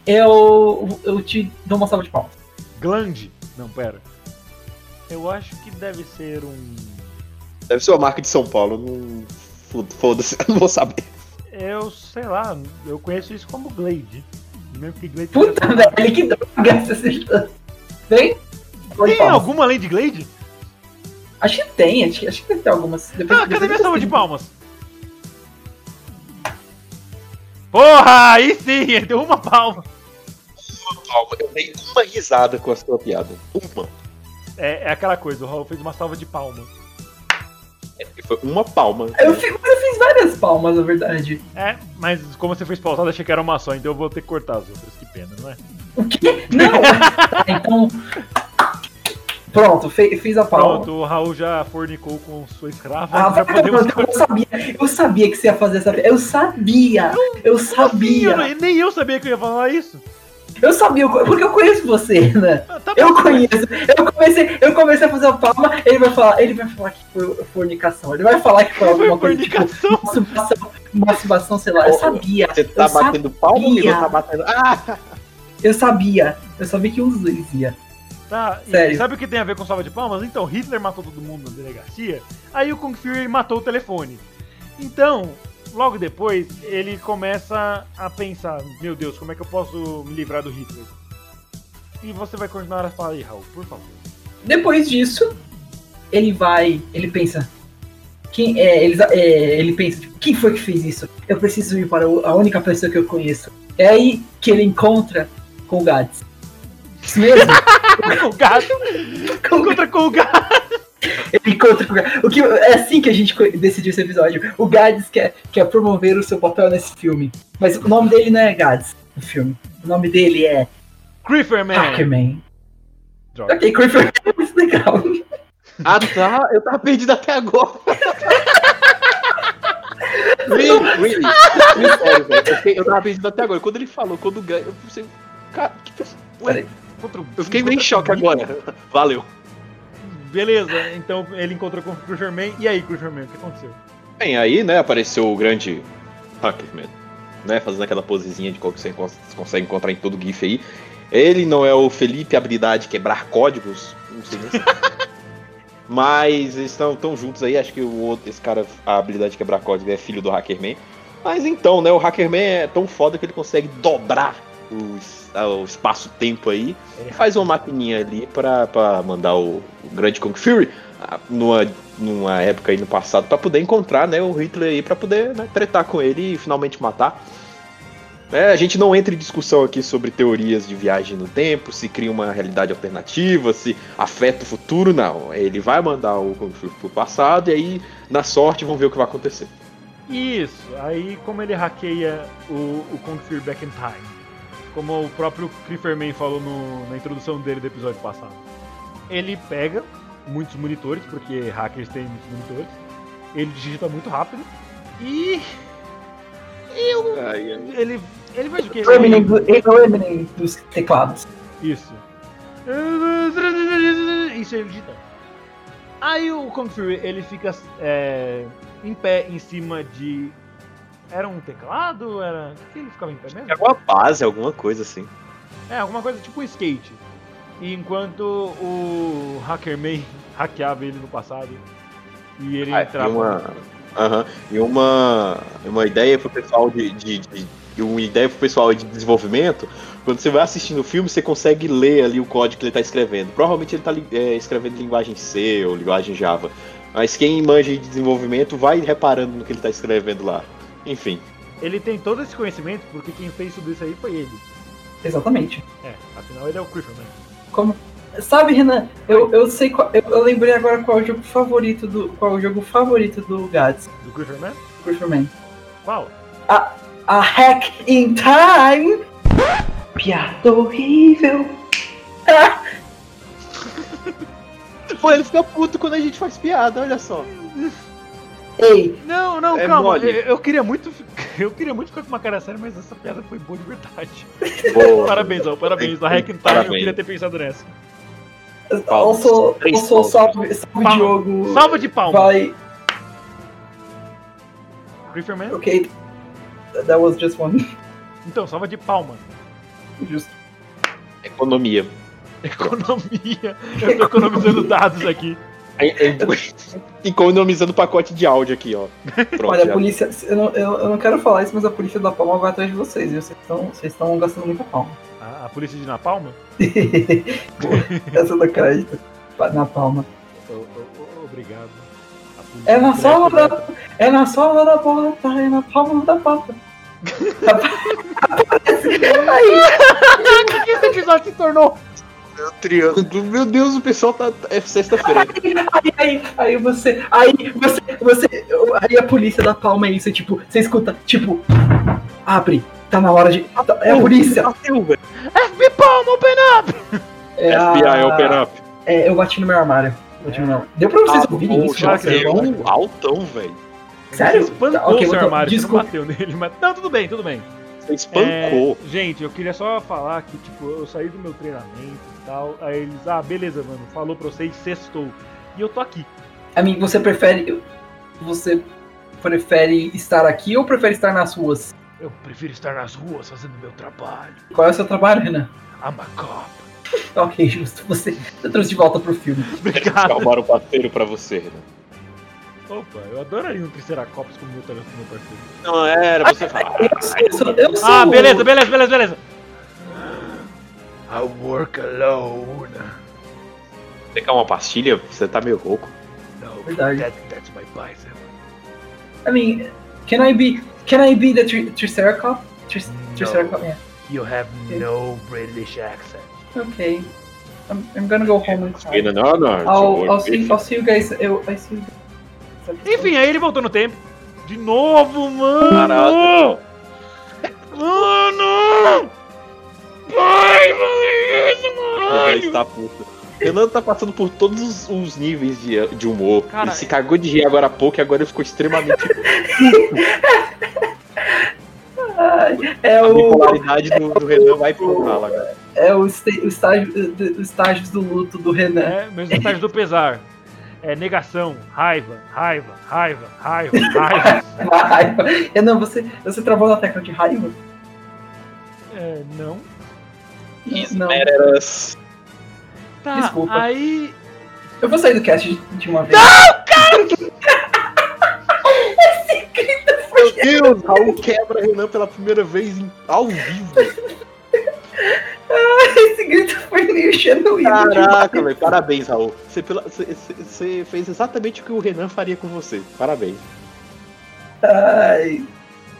S3: Eu, eu te dou uma salva de palmas.
S1: Glande. Não, pera. Eu acho que deve ser um.
S2: Deve ser uma marca de São Paulo. Não... Foda-se, eu não vou saber.
S1: Eu sei lá, eu conheço isso como Glade. Mesmo que Glade tá seja
S3: Puta,
S1: tão-
S3: velho, que droga você acertou. Tem? Salva de
S1: Tem
S3: palmas.
S1: alguma além de Glade?
S3: Acho que tem, acho, que- acho que deve ter algumas. Depois,
S1: Ah, cadê
S3: depois
S1: minha
S3: eu
S1: salva de
S3: sei.
S1: palmas? Porra, aí sim, ele deu uma palma.
S2: Calma, eu dei uma risada com a sua piada. Uma.
S1: É, é aquela coisa, o Raul fez uma salva de palmas.
S2: É Foi uma palma.
S3: Eu fiz, mas eu fiz várias palmas, na verdade.
S1: É, mas como você fez pausada, achei que era uma só, então eu vou ter que cortar as outras, que pena, não é?
S3: O quê? Não! Tá, então. Pronto, fe- fiz a palma.
S1: Pronto, o Raul já fornicou com sua escrava.
S3: Ah,
S1: já
S3: vai tomar
S1: podemos
S3: no cu, eu sabia, eu sabia que você ia fazer essa. Eu sabia, eu
S1: Sabia,
S3: sabia,
S1: eu não- nem eu sabia que eu ia falar isso.
S3: eu sabia, eu co- porque eu conheço você, né?
S1: Ah, Tá
S3: Eu
S1: bom.
S3: conheço, eu comecei, eu comecei a fazer a palma, ele vai falar, ele vai falar que foi fornicação, ele vai falar que foi
S1: Foi
S3: alguma coisa tipo
S1: fornicação.
S3: masturbação, masturbação, sei lá, eu sabia,
S2: Você tá
S3: eu sabia,
S2: batendo palma ou não tá batendo. Ah!
S3: eu sabia, eu sabia que um dos dois ia.
S1: Tá, e
S3: Sério.
S1: sabe o que tem a ver com salva de palmas? Então, Hitler matou todo mundo na delegacia, aí o Kung Fury matou o telefone. Então, Logo depois, ele começa a pensar: Meu Deus, como é que eu posso me livrar do Hitler? E você vai continuar a falar aí, Raul, por favor.
S3: Depois disso, ele vai. Ele pensa. Quem, é, ele, é, ele pensa, tipo, quem foi que fez isso? Eu preciso ir para o- a única pessoa que eu conheço. É aí que ele encontra com o Gads. Isso mesmo?
S1: O gato
S3: Com-
S1: contra com o gato.
S3: ele encontra com o Gads. O que, é assim que a gente co- decidiu esse episódio. O Gads quer, quer promover o seu papel nesse filme. Mas o nome dele não é Gads no filme. O nome dele é Ah,
S1: Creeperman.
S3: Ackerman.
S1: Droga.
S3: Ok, Creeper é muito legal.
S2: Ah tá, eu tava perdido até agora. Really, really. Me sério, velho. Eu fiquei- Eu tava perdido até agora. Quando ele falou, quando ganha, eu pensei. Cara, que pessoa- Ué,
S1: Contra o-
S2: eu fiquei meio em choque
S1: contra o-
S2: agora. Valeu.
S1: Beleza, então ele encontrou com o Creeperman. E aí, Creeperman, o que aconteceu?
S2: Bem, aí, né, apareceu o grande Hackerman, né, fazendo aquela posezinha de qual que você encon- consegue encontrar em todo GIF aí. Ele não é o Felipe Habilidade Quebrar Códigos, não sei nem se... Mas eles estão tão juntos aí, acho que o outro, esse cara, a habilidade quebrar código é filho do Hackerman. Mas então, né, o Hackerman é tão foda que ele consegue dobrar os- ah, o espaço-tempo aí.
S1: Ele-
S2: Faz uma maquininha ali pra, pra mandar o, o grande Kung Fury ah, numa, numa época aí no passado pra poder encontrar, né, o Hitler aí pra poder né, tretar com ele e finalmente matar. É, a gente não entra em discussão aqui sobre teorias de viagem no tempo, se cria uma realidade alternativa, se afeta o futuro, não. Ele vai mandar o Kung Fury pro passado e aí, na sorte, vão ver o que vai acontecer.
S1: Isso, aí como ele hackeia o, o Kung Fury Back in Time. Como o próprio Creeperman falou no- na introdução dele do episódio passado. Ele pega muitos monitores, porque hackers têm muitos monitores. Ele digita muito rápido. E
S2: Ai, ai.
S1: ele, ele faz o quê?
S3: O Eminem, do- ele é o Eminem dos teclados.
S1: Isso. Isso ele digita. Aí o Kung Fury ele fica é, em pé em cima de. Era um teclado? Era. O que ele ficava em pé mesmo?
S2: É alguma base, alguma coisa assim.
S1: É, alguma coisa tipo um skate. E enquanto o Hackerman hackeava ele no passado. E ele
S2: Ah,
S1: entrava.
S2: e uma- Aham. E uma, uma ideia pro pessoal de. de, de- de- uma ideia pro pessoal de desenvolvimento, quando você vai assistindo o filme, você consegue ler ali o código que ele tá escrevendo. Provavelmente ele tá li- é, escrevendo em linguagem C ou linguagem Java. Mas quem manja de desenvolvimento vai reparando no que ele tá escrevendo lá. Enfim.
S1: Ele tem todo esse conhecimento porque quem fez tudo isso aí foi ele.
S3: Exatamente.
S1: É, afinal ele é o Creeperman.
S3: Como... Sabe, Renan, eu, eu sei qual, eu, eu lembrei agora qual é o jogo favorito do. Qual é o jogo favorito do Gads,
S1: Do Creeperman?
S3: Superman.
S1: Qual?
S3: A Hack in Time! Piada horrível!
S2: Pô, ele fica puto quando a gente faz piada, olha só.
S3: Ei,
S1: Não, não,
S2: É
S1: calma.
S2: mole.
S1: Eu, eu queria muito, fi- eu queria muito ficar com uma cara séria, mas essa piada foi boa de verdade.
S2: Boa.
S1: Parabéns, ó, parabéns. A Hack and Time, tá, eu
S2: Parabéns.
S1: queria ter pensado nessa.
S2: Palmas.
S3: also,
S2: Três palmas.
S3: also salve, salve
S1: Palmas.
S3: Diogo!
S1: Salva de palmas.
S3: Vai.
S1: Creeperman?
S3: Ok. That was just one.
S1: Então, salva de palmas.
S3: Justo.
S2: Economia.
S1: Economia. Eu tô economizando dados aqui.
S2: É, Economizando pacote de áudio aqui, ó. Pronto,
S3: Olha,
S2: já.
S3: a polícia. Eu não, eu, eu não quero falar isso, mas a polícia da palma vai atrás de vocês, viu? Vocês estão- Vocês estão gastando muita palma.
S1: A, a polícia de Napalma?
S3: Essa da crédito. Pa- Na palma.
S1: O- o- o- Obrigado. A polícia
S3: É na
S1: de
S3: sola
S1: Crepe-
S3: da. É na sola da porta, é na palma da pata. Aí,
S1: Por que esse episódio se tornou?
S2: Triângulo. Meu Deus, o pessoal tá. É sexta-feira.
S3: aí, aí, aí você. Aí você. Você. Aí a polícia da palma é isso, tipo, você escuta, tipo. Abre, tá na hora de. tá- É a polícia!
S1: FBI Palma, open up!
S3: É a-
S2: FBI, open up.
S3: É, eu bati no meu armário. Eu Bati no meu armário. Deu pra vocês
S2: Ah,
S3: ouvirem isso?
S1: poxa,
S3: Nossa, é
S1: que
S3: eu-
S1: legal.
S2: altão, velho.
S3: Sério?
S1: Você espancou
S3: Tá, ok,
S1: o seu
S3: eu tô-
S1: armário,
S3: desculpa.
S1: você não bateu nele, mas. Não, tudo bem, tudo bem.
S2: Você espancou.
S1: É, gente, eu queria só falar que, tipo, eu saí do meu treinamento e tal. Aí eles, ah, beleza, mano, falou pra vocês, sextou. E eu tô aqui.
S3: A mim, você prefere. Você prefere estar aqui ou prefere estar nas ruas?
S1: Eu prefiro estar nas ruas fazendo meu trabalho.
S3: Qual é o seu trabalho, Renan?
S1: I'm a cop.
S3: Ok, justo. Você, você trouxe de volta pro filme.
S2: Eles
S1: Obrigado.
S2: arrumaram o parceiro pra você, né?
S1: Opa, eu adoraria um Triceratops como meu telefone parceiro.
S2: Não, era você "Ah, falar.
S3: Eu sou- eu sou-
S2: Ah, beleza, beleza, beleza, beleza.
S1: I work alone.
S2: Você quer uma pastilha? Você tá meio rouco.
S1: No,
S3: Verdade.
S1: that's my bicep.
S3: I mean, can I be, can I be the tri Triceracop? Tri
S1: No.
S3: Triceracop, yeah.
S1: You have
S3: no
S1: British accent.
S3: Okay. I'm, I'm gonna go home and cry.
S2: Ainda não, não.
S3: I'll,
S2: tipo,
S3: I'll, see, I'll see you guys. Eu, I see you guys.
S1: Enfim, aí ele voltou no tempo. De novo, mano!
S2: Caralho.
S1: Mano! Pai,
S2: Renan
S1: mano!
S2: está tá puto. Renan tá passando por todos os, os níveis de, de humor.
S1: Cara,
S2: ele se cagou de rir agora há pouco e agora ele ficou extremamente.
S3: Ai, é
S2: a
S3: o,
S2: bipolaridade do, do Renan vai pro ralo agora.
S3: é o, esta- o estágio, o estágio do luto do Renan.
S1: É, mesmo estágio do pesar. É negação, raiva, raiva, raiva, raiva, raiva.
S2: É.
S3: Uma raiva. Renan, você, você travou na tecla de raiva?
S1: É, não.
S3: Não.
S2: Peras.
S1: Tá,
S3: Desculpa.
S1: aí
S3: Eu vou sair do cast de, de uma vez.
S2: Meu Deus, Raul quebra Renan pela primeira vez em- ao vivo.
S3: Esse grito foi meio xenoído.
S2: Caraca, velho. Parabéns, Raul. Você, pela- você- você- você fez exatamente o que o Renan faria com você. Parabéns.
S3: Ai.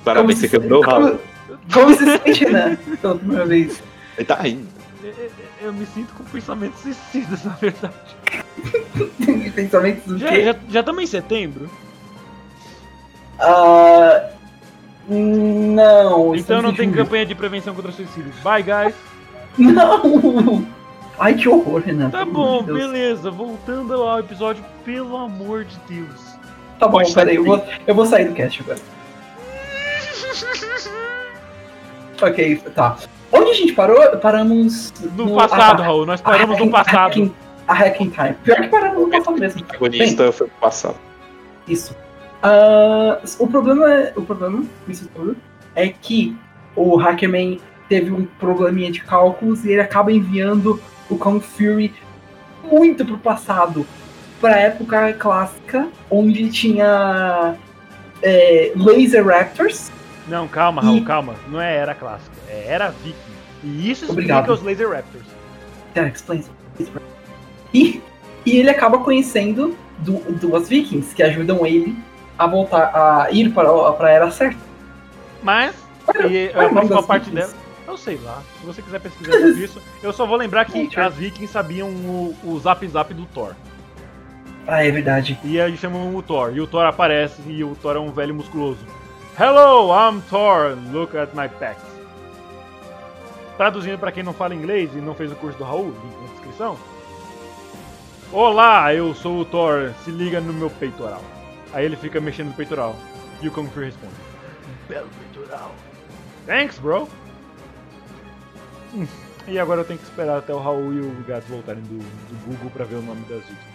S2: Parabéns,
S3: Como
S2: você
S3: se-
S2: quebrou o Raul.
S3: Como, como se sente, Renan? Pela primeira vez.
S2: Ele tá rindo.
S1: eu, é, eu- eu me sinto com pensamentos suicidas, na verdade.
S3: Pensamentos do
S1: Já
S3: quê?
S1: já- já estamos em setembro?
S3: Ah,
S1: Então
S3: não. estamos
S1: não
S3: em
S1: tem
S3: julho.
S1: campanha de prevenção contra suicídio. Bye, guys.
S3: Não! Ai, que horror, Renan.
S1: Tá
S3: pelo
S1: bom,
S3: amor de Deus.
S1: beleza. Voltando ao episódio, pelo amor de Deus.
S3: Tá bom,
S2: Pode sair.
S3: peraí, eu vou, eu vou sair do cast agora. Ok, tá. Onde a gente parou? Paramos
S1: No passado,
S3: ah,
S1: Raul, nós
S3: tá.
S1: paramos no
S3: A Hacking-
S1: passado.
S3: A Hacking, a Hacking Time. Pior que paramos no passado mesmo.
S2: O protagonista foi pro passado.
S3: Isso. Ah, o problema é. O problema disso tudo é que o Hackerman teve um probleminha de cálculos e ele acaba enviando o Kong Fury muito pro passado. Pra época clássica, onde tinha é, Laser Raptors.
S1: Não, calma, Raul,
S3: E-
S1: calma. Não é era clássica, é era viking. E isso explica
S3: Obrigado.
S1: os Laser Raptors.
S3: That explains it. E, e ele acaba conhecendo du- duas vikings que ajudam ele a voltar a ir para, para a era certa.
S1: Mas, e
S3: qual é
S1: a
S3: o nome
S1: principal
S3: das
S1: parte
S3: vikings?
S1: dela. Eu sei lá. Se você quiser pesquisar sobre isso, eu só vou lembrar que
S3: Gente,
S1: as vikings sabiam o, o zap zap do Thor.
S3: Ah, é verdade.
S1: E eles chamam o Thor. E o Thor aparece e o Thor é um velho musculoso. Hello, I'm Thor. Look at my pecs. Traduzindo pra quem não fala inglês e não fez o curso do Raul, link na descrição. Olá, eu sou o Thor. Se liga no meu peitoral. Aí ele fica mexendo no peitoral. E o Kung Fu responde: Belo peitoral. Thanks, bro. Hum, E agora eu tenho que esperar até o Raul e o Gato voltarem do, do Google pra ver o nome das vítimas.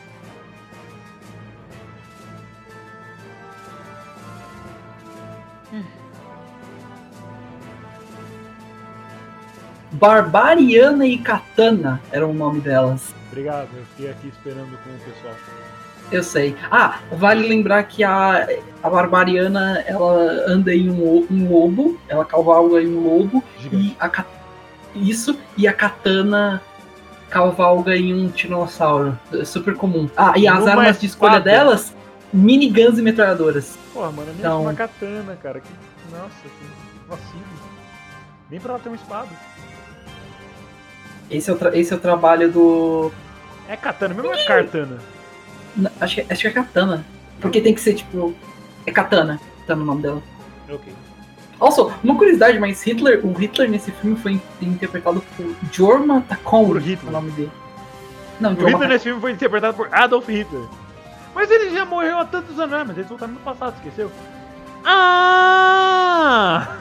S3: Barbariana e Katana era o nome delas.
S1: Obrigado, eu fiquei aqui esperando com o pessoal.
S3: Eu sei. Ah, vale lembrar que a, a Barbariana ela anda em um, lo- um lobo, ela cavalga em um lobo,
S1: Gigante.
S3: e a Ka- isso, e a Katana cavalga em um tiranossauro. É super comum. Ah, e as
S1: Numa
S3: armas de escolha
S1: espada.
S3: delas? Miniguns e metralhadoras.
S1: Porra, mano, nem
S3: Então-
S1: uma katana, cara. Que... Nossa, que vacilo. Nem pra ela ter um espada.
S3: Esse é o, tra- esse é o trabalho do.
S1: É katana, mesmo é cartana.
S3: na- Acho que, acho que é Katana. Porque tem que ser tipo. É Katana. Tá no nome dela.
S1: É Ok.
S3: Also, uma curiosidade, mas Hitler, o Hitler nesse filme foi interpretado por Jorma Tacon,
S1: Por Hitler.
S3: é o nome dele. Não,
S1: O
S3: Jorma
S1: Hitler
S3: Tacon.
S1: nesse filme foi interpretado por Adolf Hitler. Mas ele já morreu há tantos anos, Ah, mas eles voltaram no passado, esqueceu? Ah!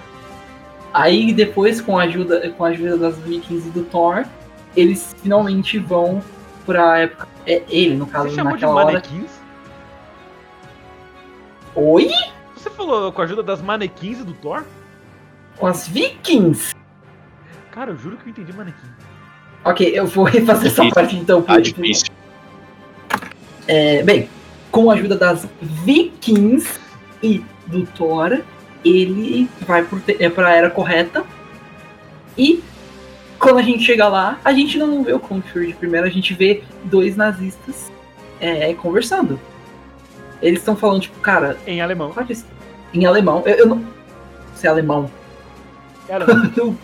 S3: Aí depois, com a ajuda, com a ajuda das Vikings e do Thor, eles finalmente vão pra época. É ele, no caso,
S1: Você chamou de
S3: naquela hora.
S1: manequins?
S3: Oi?
S1: Você falou com a ajuda das manequins e do Thor?
S3: Com as Vikings?
S1: Cara, eu juro que eu entendi manequim.
S3: Ok, eu vou refazer essa
S2: Ah, Difícil.
S3: parte então.
S2: Tá
S3: por-
S2: difícil.
S3: É, bem, com a ajuda das vikings e do Thor, ele vai pro te- é pra era correta. E quando a gente chega lá, a gente não vê o Confure de primeira, a gente vê dois nazistas é, conversando. Eles estão falando, tipo, cara,
S1: Em alemão.
S3: qual é esse- em alemão, eu, eu não sei alemão.
S1: É alemão.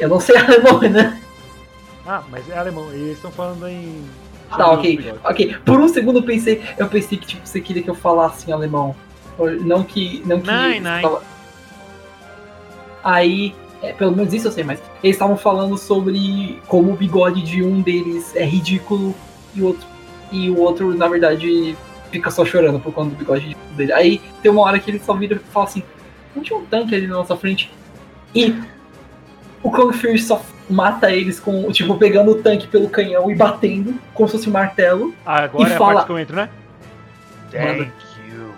S3: Eu não sei alemão, né?
S1: Ah, mas é alemão. E eles estão falando em.
S3: Tá, ok. Ok, por um segundo eu pensei, eu pensei que tipo, você queria que eu falasse em alemão. Ou Não que. Não que
S1: Nein,
S3: eles
S1: nein.
S3: fala- Aí, é, pelo menos isso eu sei, mas eles estavam falando sobre como o bigode de um deles é ridículo e o outro, e o outro na verdade, fica só chorando por conta do bigode dele. Aí tem uma hora que ele só vira e fala assim: não tinha um tanque ali na nossa frente. E o Kung Fury só mata eles com, tipo, pegando o tanque pelo canhão e batendo, como se fosse um martelo.
S1: Agora
S3: E
S1: é a
S3: fala-
S1: parte que eu entro, né?
S3: Manda.
S1: you.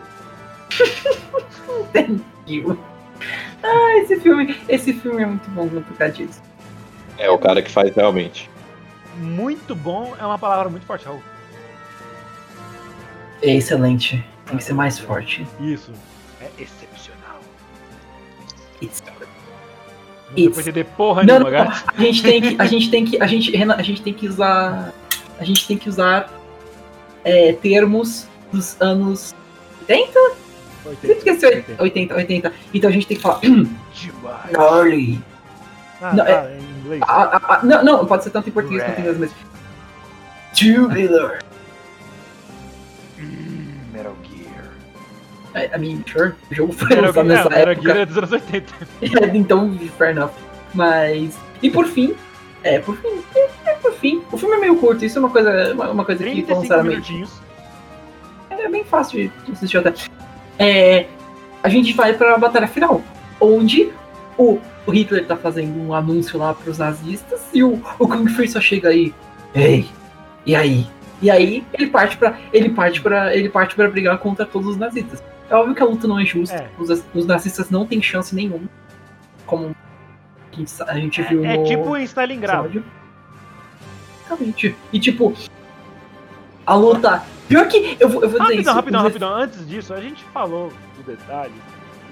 S3: Tio. Ah, esse filme, esse filme é muito bom por causa disso.
S2: É o cara que faz realmente.
S1: Muito bom é uma palavra muito forte, Raul.
S3: É excelente. Tem que ser mais forte.
S1: Isso. É excepcional.
S3: It's-
S1: Não deu pra
S3: It's-
S1: entender porra
S3: Não,
S1: nenhuma,
S3: não,
S1: gato.
S3: a gente tem que, a gente tem que, a gente, Renan, a gente tem que usar, a gente tem que usar é, termos dos anos 80? Sempre esqueci 80, 80, 80. Então a gente tem que falar
S1: Demais.
S3: gnarly.
S1: Ah,
S3: Não,
S1: tá,
S3: é-
S1: em inglês.
S3: A- a- a- não, não, pode ser tanto em português quanto em inglês mesmo. Tubular.
S1: Hum, Metal Gear.
S3: É, I, I mean, sure, o jogo foi
S1: Metal
S3: lançado
S1: Gear,
S3: nessa
S1: não, Metal
S3: época.
S1: Gear é dos anos 80.
S3: então, fair enough. Mas. E por fim. É, por fim. É, é, por fim. O filme é meio curto, isso é uma coisa, uma, uma coisa que,
S1: 35
S3: sinceramente,
S1: minutinhos.
S3: é bem fácil de assistir até. É, a gente vai pra batalha final, onde o, o Hitler tá fazendo um anúncio lá pros nazistas e o, o Kung Fu só chega aí. Ei, e aí? E aí ele parte pra. ele parte para ele parte para brigar contra todos os nazistas. É óbvio que a luta não é justa,
S1: É.
S3: os, os nazistas não têm chance nenhuma. Como a gente, sa- a gente viu
S1: É, é
S3: no
S1: tipo em Stalingrado.
S3: episódio. Exatamente. E tipo, a luta. Pior que. Eu vou, eu vou dizer isso.
S1: Rapidão, rapidão,
S3: os-
S1: rapidão. Antes disso, a gente falou do detalhe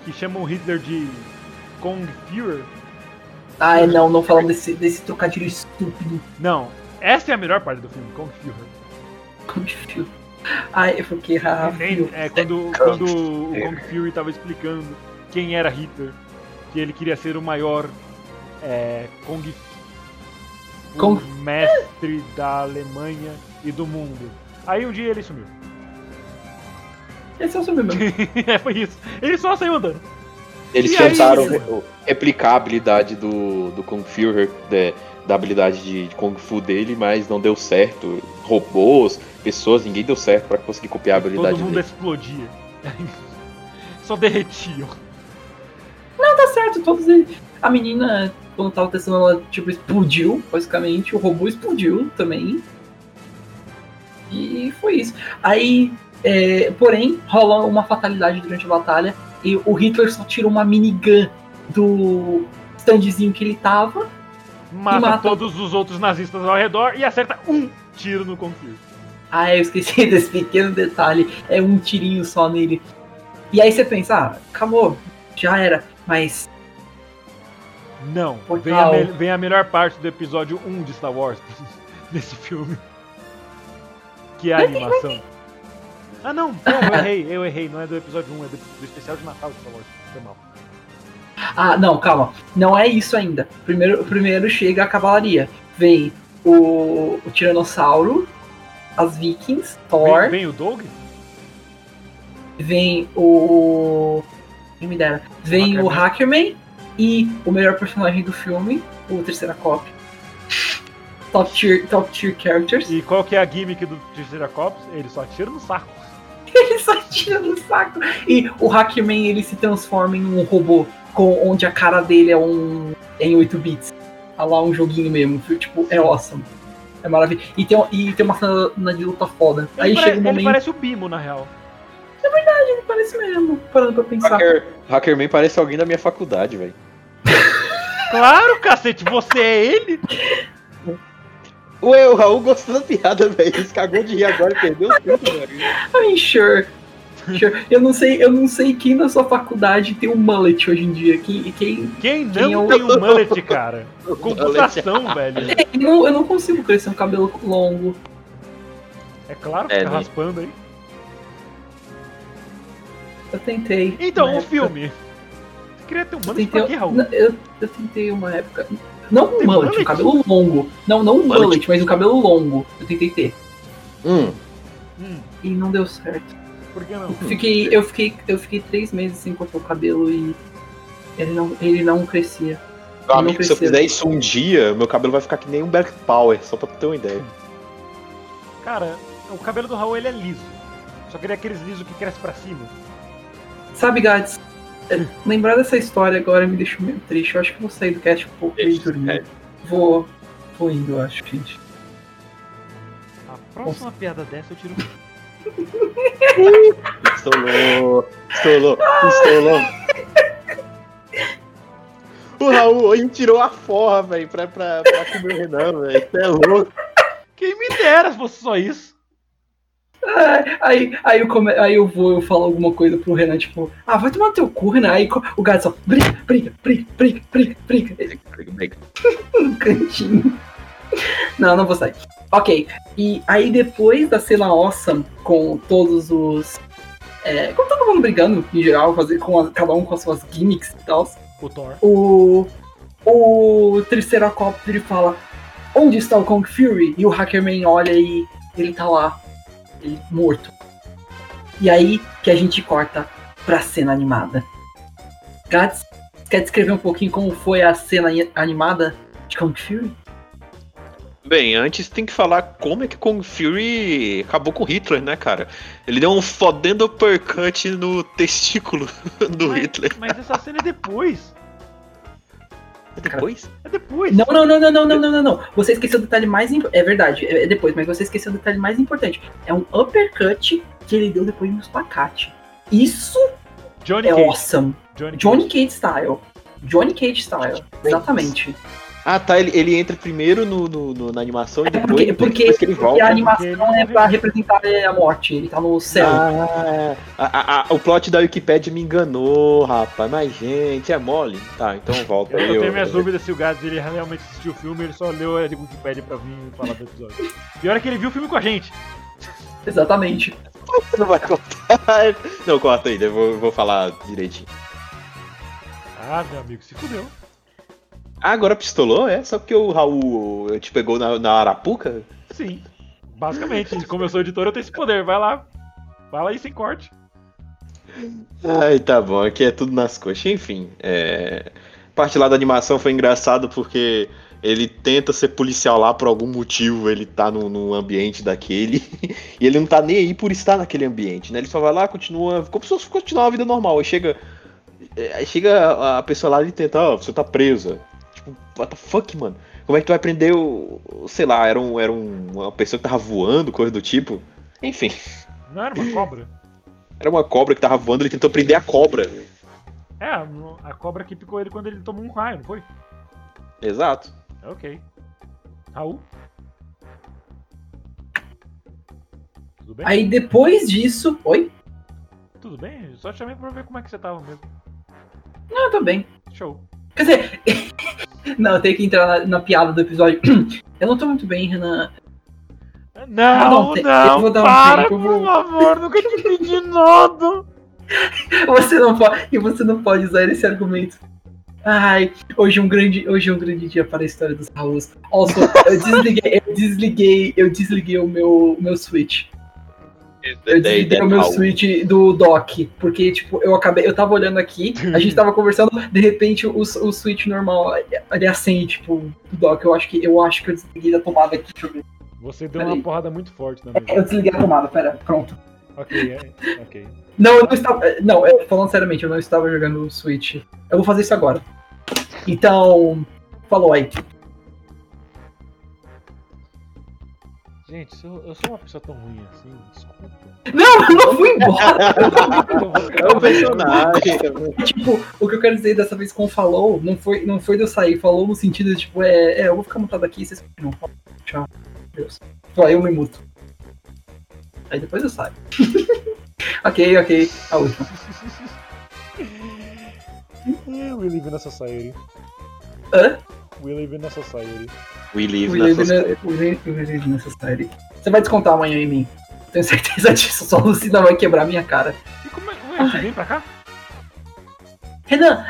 S1: que chama o Hitler de Kong Fuhrer.
S3: Ai, não, não falando desse, desse trocadilho estúpido.
S1: Não, essa é a melhor parte do filme, Kong Fuhrer.
S3: Kung Fu. Ai, eu fiquei ah, rápido.
S1: Entende? É quando,
S2: Kung
S1: quando o
S2: Fury.
S1: Kong Fury tava explicando quem era Hitler, que ele queria ser o maior é, Kong o
S3: Kung-
S1: mestre da Alemanha e do mundo. Aí um dia ele sumiu.
S3: Esse é o seu mesmo.
S1: é, foi isso. Ele só saiu andando.
S2: Eles
S1: E aí,
S2: tentaram
S1: mano?
S2: replicar a habilidade do, do Kung Fuhrer, de- da habilidade de, de Kung Fu dele, mas não deu certo. Robôs, pessoas, ninguém deu certo pra conseguir copiar a habilidade
S1: Todo mundo
S2: dele.
S1: explodia. só derretiam.
S3: tá certo, todos eles. A menina, quando tava testando, ela tipo, explodiu, basicamente. O robô explodiu também. E foi isso. Aí, é, porém, rola uma fatalidade durante a batalha e o Hitler só tira uma minigun do standzinho que ele tava.
S1: Mata,
S3: E mata-
S1: todos os outros nazistas ao redor e acerta um tiro no Kung Fury.
S3: Ah, eu esqueci desse pequeno detalhe. É um tirinho só nele. E aí você pensa, ah, acabou, já era. Mas
S1: Não,
S3: Por
S1: vem a,
S3: qual?
S1: me- vem a melhor parte do episódio 1 de Star Wars desse filme. Que é a animação. Ah não, não, eu errei, eu errei, não é do episódio 1, é do, do especial de Natal de Star Wars. Foi mal.
S3: Ah, não, calma. Não é isso ainda. Primeiro, primeiro chega a cavalaria. Vem o, o Tiranossauro, as Vikings,
S1: Vem,
S3: Thor, vem,
S1: vem o Doug?
S3: o. Quem me dera. Vem o
S1: Hackerman.
S3: Hackerman e o melhor personagem do filme, o terceira cop. Top tier, top tier characters.
S1: E qual que é a gimmick do Triceratops? Ele só atira no saco.
S3: Ele só tira no saco. E o Hackman ele se transforma em um robô com, onde a cara dele é um em 8 bits. Olha lá um joguinho mesmo. Foi, Tipo, é awesome. É maravilhoso. E tem, e tem uma cena de luta foda.
S1: Ele,
S3: Aí
S1: pare-
S3: chega um
S1: ele
S3: momento.
S1: parece o Bimo, na real.
S3: Ele parece mesmo, parando pra pensar.
S2: Hacker, Hackerman parece alguém da minha faculdade, velho.
S1: Claro, cacete, você é ele?
S4: Ué, o Raul gostou da piada, velho. Ele se cagou de rir agora e perdeu tudo, velho.
S3: I'm sure. Sure. Eu não sei, eu não sei quem da sua faculdade tem um mullet hoje em dia. Quem, quem...
S1: Quem
S3: Quem é
S1: não
S3: o- Um
S1: tem um mullet, cara? Computação, velho.
S3: Eu, não, eu não consigo crescer um cabelo longo.
S1: É claro,
S2: É,
S1: fica
S2: né?
S1: raspando aí.
S3: Eu tentei. né?
S1: Então,
S3: uma
S1: o
S3: época.
S1: filme. Você queria ter um
S3: Eu
S1: mullet
S3: tentei,
S1: pra quê, Raul?
S3: então, Não, eu, eu tentei uma época. Não um
S1: Tem
S3: mullet,
S1: mullet?
S3: um cabelo longo. Não, não um
S2: Mullet.
S3: mullet, mas um cabelo longo. Eu tentei ter.
S4: Hum.
S1: Hum,
S3: E não deu certo.
S1: por que não?
S3: Eu fiquei, eu fiquei, eu fiquei três meses sem cortar o cabelo e ele não, ele não crescia.
S2: Meu amigo,
S3: Não
S2: se eu
S3: precisa.
S2: fizer isso um dia, meu cabelo vai ficar que nem um Black Power, só pra tu ter uma ideia.
S1: Cara, o cabelo do Raul ele é liso. Só queria aqueles lisos que crescem pra cima.
S3: Sabe, Gats? é, Lembrar dessa história agora me deixou meio triste. Eu acho que eu vou sair do cast um pouco e
S2: Deixa,
S3: dormir.
S2: é.
S3: Vou, vou indo, eu acho, gente.
S1: A próxima piada dessa eu tiro. um
S2: Estourou, estourou, estourou. O Raul hoje tirou a forra, velho, pra, pra, pra comer o Renan, velho. Você é louco.
S1: Quem me dera se fosse só isso.
S3: Ah, Aí, aí, eu come... aí eu vou, eu falo alguma coisa pro Renan, tipo, ah, vai tomar no teu cu, Renan. Aí co- o gato só briga, briga, briga, briga, briga, briga. Ele no cantinho. Não, não vou sair. Ok. E aí depois da cena awesome com todos os. é, com todo mundo brigando em geral, fazer com a- cada um com as suas gimmicks e tal.
S1: O Thor.
S3: o, o Triceracopter fala onde está o Kong Fury? E o Hackerman olha e ele tá lá, ele morto. E aí que a gente corta pra cena animada. Gats, quer descrever um pouquinho como foi a cena i- animada de Kong Fury?
S2: Bem, antes tem que falar como é que Kong Fury acabou com Hitler, né, cara? Ele deu um fodendo uppercut no testículo do
S1: mas,
S2: Hitler.
S1: mas essa cena é depois.
S2: Depois?
S1: É depois.
S3: Não, não, não, não, não, não, não, não, não. Você esqueceu o detalhe mais imp... É verdade, é é depois, mas você esqueceu o detalhe mais importante. É um uppercut que ele deu depois no espacate. Isso
S1: Johnny
S3: é
S1: Cage.
S3: awesome.
S1: Johnny,
S3: Johnny Cage Style. Johnny Cage Style. Exatamente.
S2: Ah, tá, ele, ele entra primeiro no, no- no- na animação e
S3: É
S2: depois,
S3: porque, porque,
S2: depois que ele
S3: porque
S2: volta.
S3: a
S1: Ele
S3: animação é
S1: morreu.
S3: pra representar a morte. Ele tá no céu.
S2: Ah, a- a- a- o plot da Wikipedia me enganou, rapaz. Mas, gente, é mole. Tá, então volta
S1: Eu,
S2: aí.
S1: eu tenho minhas
S2: eu-
S1: dúvidas se o Gads ele realmente assistiu o filme, ele só leu a Wikipedia pra vir falar do episódio. Pior é que ele viu o filme com a gente.
S3: Exatamente.
S2: Você não vai cortar. Não, corta aí, eu vou, eu vou falar direitinho.
S1: Ah, meu amigo, se fudeu.
S2: Ah, agora pistolou, é? Só porque o Raul te pegou na, na Arapuca?
S1: Sim. Basicamente, como eu sou editor, eu tenho esse poder. Vai lá. Fala aí sem corte.
S2: Ai, tá bom, aqui é tudo nas coxas. Enfim, é... parte lá da animação foi engraçado porque ele tenta ser policial lá por algum motivo, ele tá num, num ambiente daquele e ele não tá nem aí por estar naquele ambiente, né? Ele só vai lá, continua, como se fosse continuar a vida normal. Aí chega, é, aí chega a- a pessoa lá e tenta, ó, você tá presa. Tipo, what the fuck, mano? Como é que tu vai prender o. o- Sei lá, era, um, era um- uma pessoa que tava voando, coisa do tipo. Enfim.
S1: Não era uma cobra?
S2: Era uma cobra que tava voando, ele tentou prender a cobra.
S1: É, a a cobra que picou ele quando ele tomou um raio, não foi?
S2: Exato.
S1: Ok. Raul? Tudo bem?
S3: Aí depois disso. Oi?
S1: Tudo bem? Eu Só te chamei pra ver como é que você tava mesmo.
S3: Não, tá bem.
S1: Show.
S3: Quer dizer. não, eu tenho que entrar na, na piada do episódio. eu não tô muito bem, Renan.
S1: Ah, Não,
S3: um te-
S1: não,
S3: eu vou dar um
S1: para,
S3: tempo, eu
S1: por
S3: vou-
S1: favor, nunca te pedi nada.
S3: Você não pode. E você não pode usar esse argumento. Ai, hoje é um grande, hoje é um grande dia para a história dos Raul's. Also, eu desliguei, eu desliguei, eu desliguei o meu, o meu switch. Eu desliguei o meu
S2: tá
S3: switch do dock, porque, tipo, eu acabei, eu tava olhando aqui, a gente tava conversando, de repente o, o switch normal, ele acende, tipo, do dock, eu acho que, eu acho que eu desliguei da tomada aqui, deixa eu ver.
S1: Você deu
S3: Peraí.
S1: uma porrada muito forte na
S3: É, Eu
S1: mesa.
S3: desliguei a tomada, pera, pronto.
S1: Ok, é, ok.
S3: Não, eu não estava, é, não, eu, falando seriamente, eu não estava jogando o switch. Eu vou fazer isso agora. Então, falou aí.
S1: Gente, se eu, eu sou uma pessoa tão ruim assim, desculpa.
S3: Não, eu não fui embora!
S1: Eu vou
S2: É o personagem.
S3: tipo, o que eu quero dizer dessa vez com falou, não foi, não foi de eu sair, falou no sentido de, tipo, é, é, eu vou ficar montado aqui, vocês continuam. Tchau. Deus. Aí eu me muto. Aí depois eu saio. ok, ok. A última.
S5: We live in a society.
S3: Hã?
S5: We live in a society.
S2: We
S3: O
S2: live na
S3: William
S2: sociedade.
S3: ne- o William- o William Necessary. Você vai descontar amanhã em mim. Tenho certeza disso. Só a Lucina vai quebrar minha cara.
S1: E como é ué, você vem pra cá?
S3: Renan,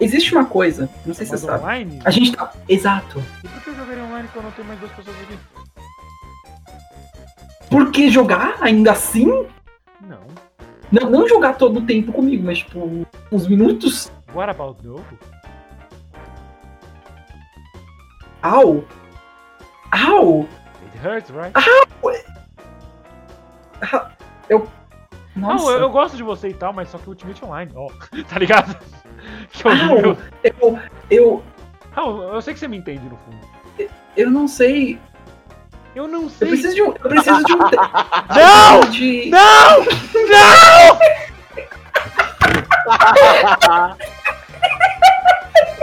S3: existe uma coisa. Não sei se
S1: Mas
S3: você sabe.
S1: online?
S3: A gente tá. Exato.
S1: E por que eu jogaria online quando eu tenho mais duas pessoas aqui?
S3: Por que jogar ainda assim?
S1: Não.
S3: Não, não jogar todo o tempo comigo, mas tipo, uns minutos.
S1: What about novo?
S3: Au! Au!
S1: It hurts, right?
S3: Ah, Nossa.
S1: Não, eu, eu gosto de você e tal, mas só que Ultimate Online, ó. Tá ligado? Que eu,
S3: Au!
S1: eu,
S3: Eu, eu,
S1: Raul, eu sei que você me entende no fundo.
S3: eu não sei.
S1: Eu não
S3: Eu
S1: sei.
S3: preciso de um. Eu preciso de um. te-
S1: Não!
S3: eu preciso de-
S1: Não!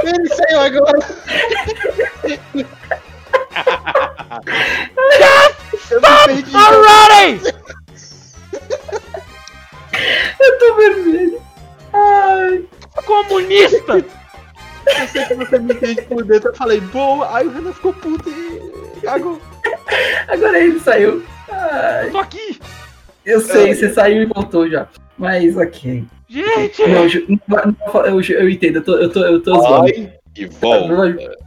S4: Ele saiu agora. Eu me perdi.
S1: Alrighty!
S3: Eu tô vermelho. Ai.
S1: Comunista!
S4: Eu sei que você me entende por dentro. Eu falei, boa. Aí o Renan ficou puto e cagou.
S3: Agora ele saiu. Ai.
S1: Eu tô aqui!
S3: Eu sei, você saiu e voltou já. Mas ok.
S1: Gente!
S3: Não, Ju, não, não, eu, eu entendo, eu tô, eu tô, eu tô zoando.
S2: Vai e
S3: É
S2: volta.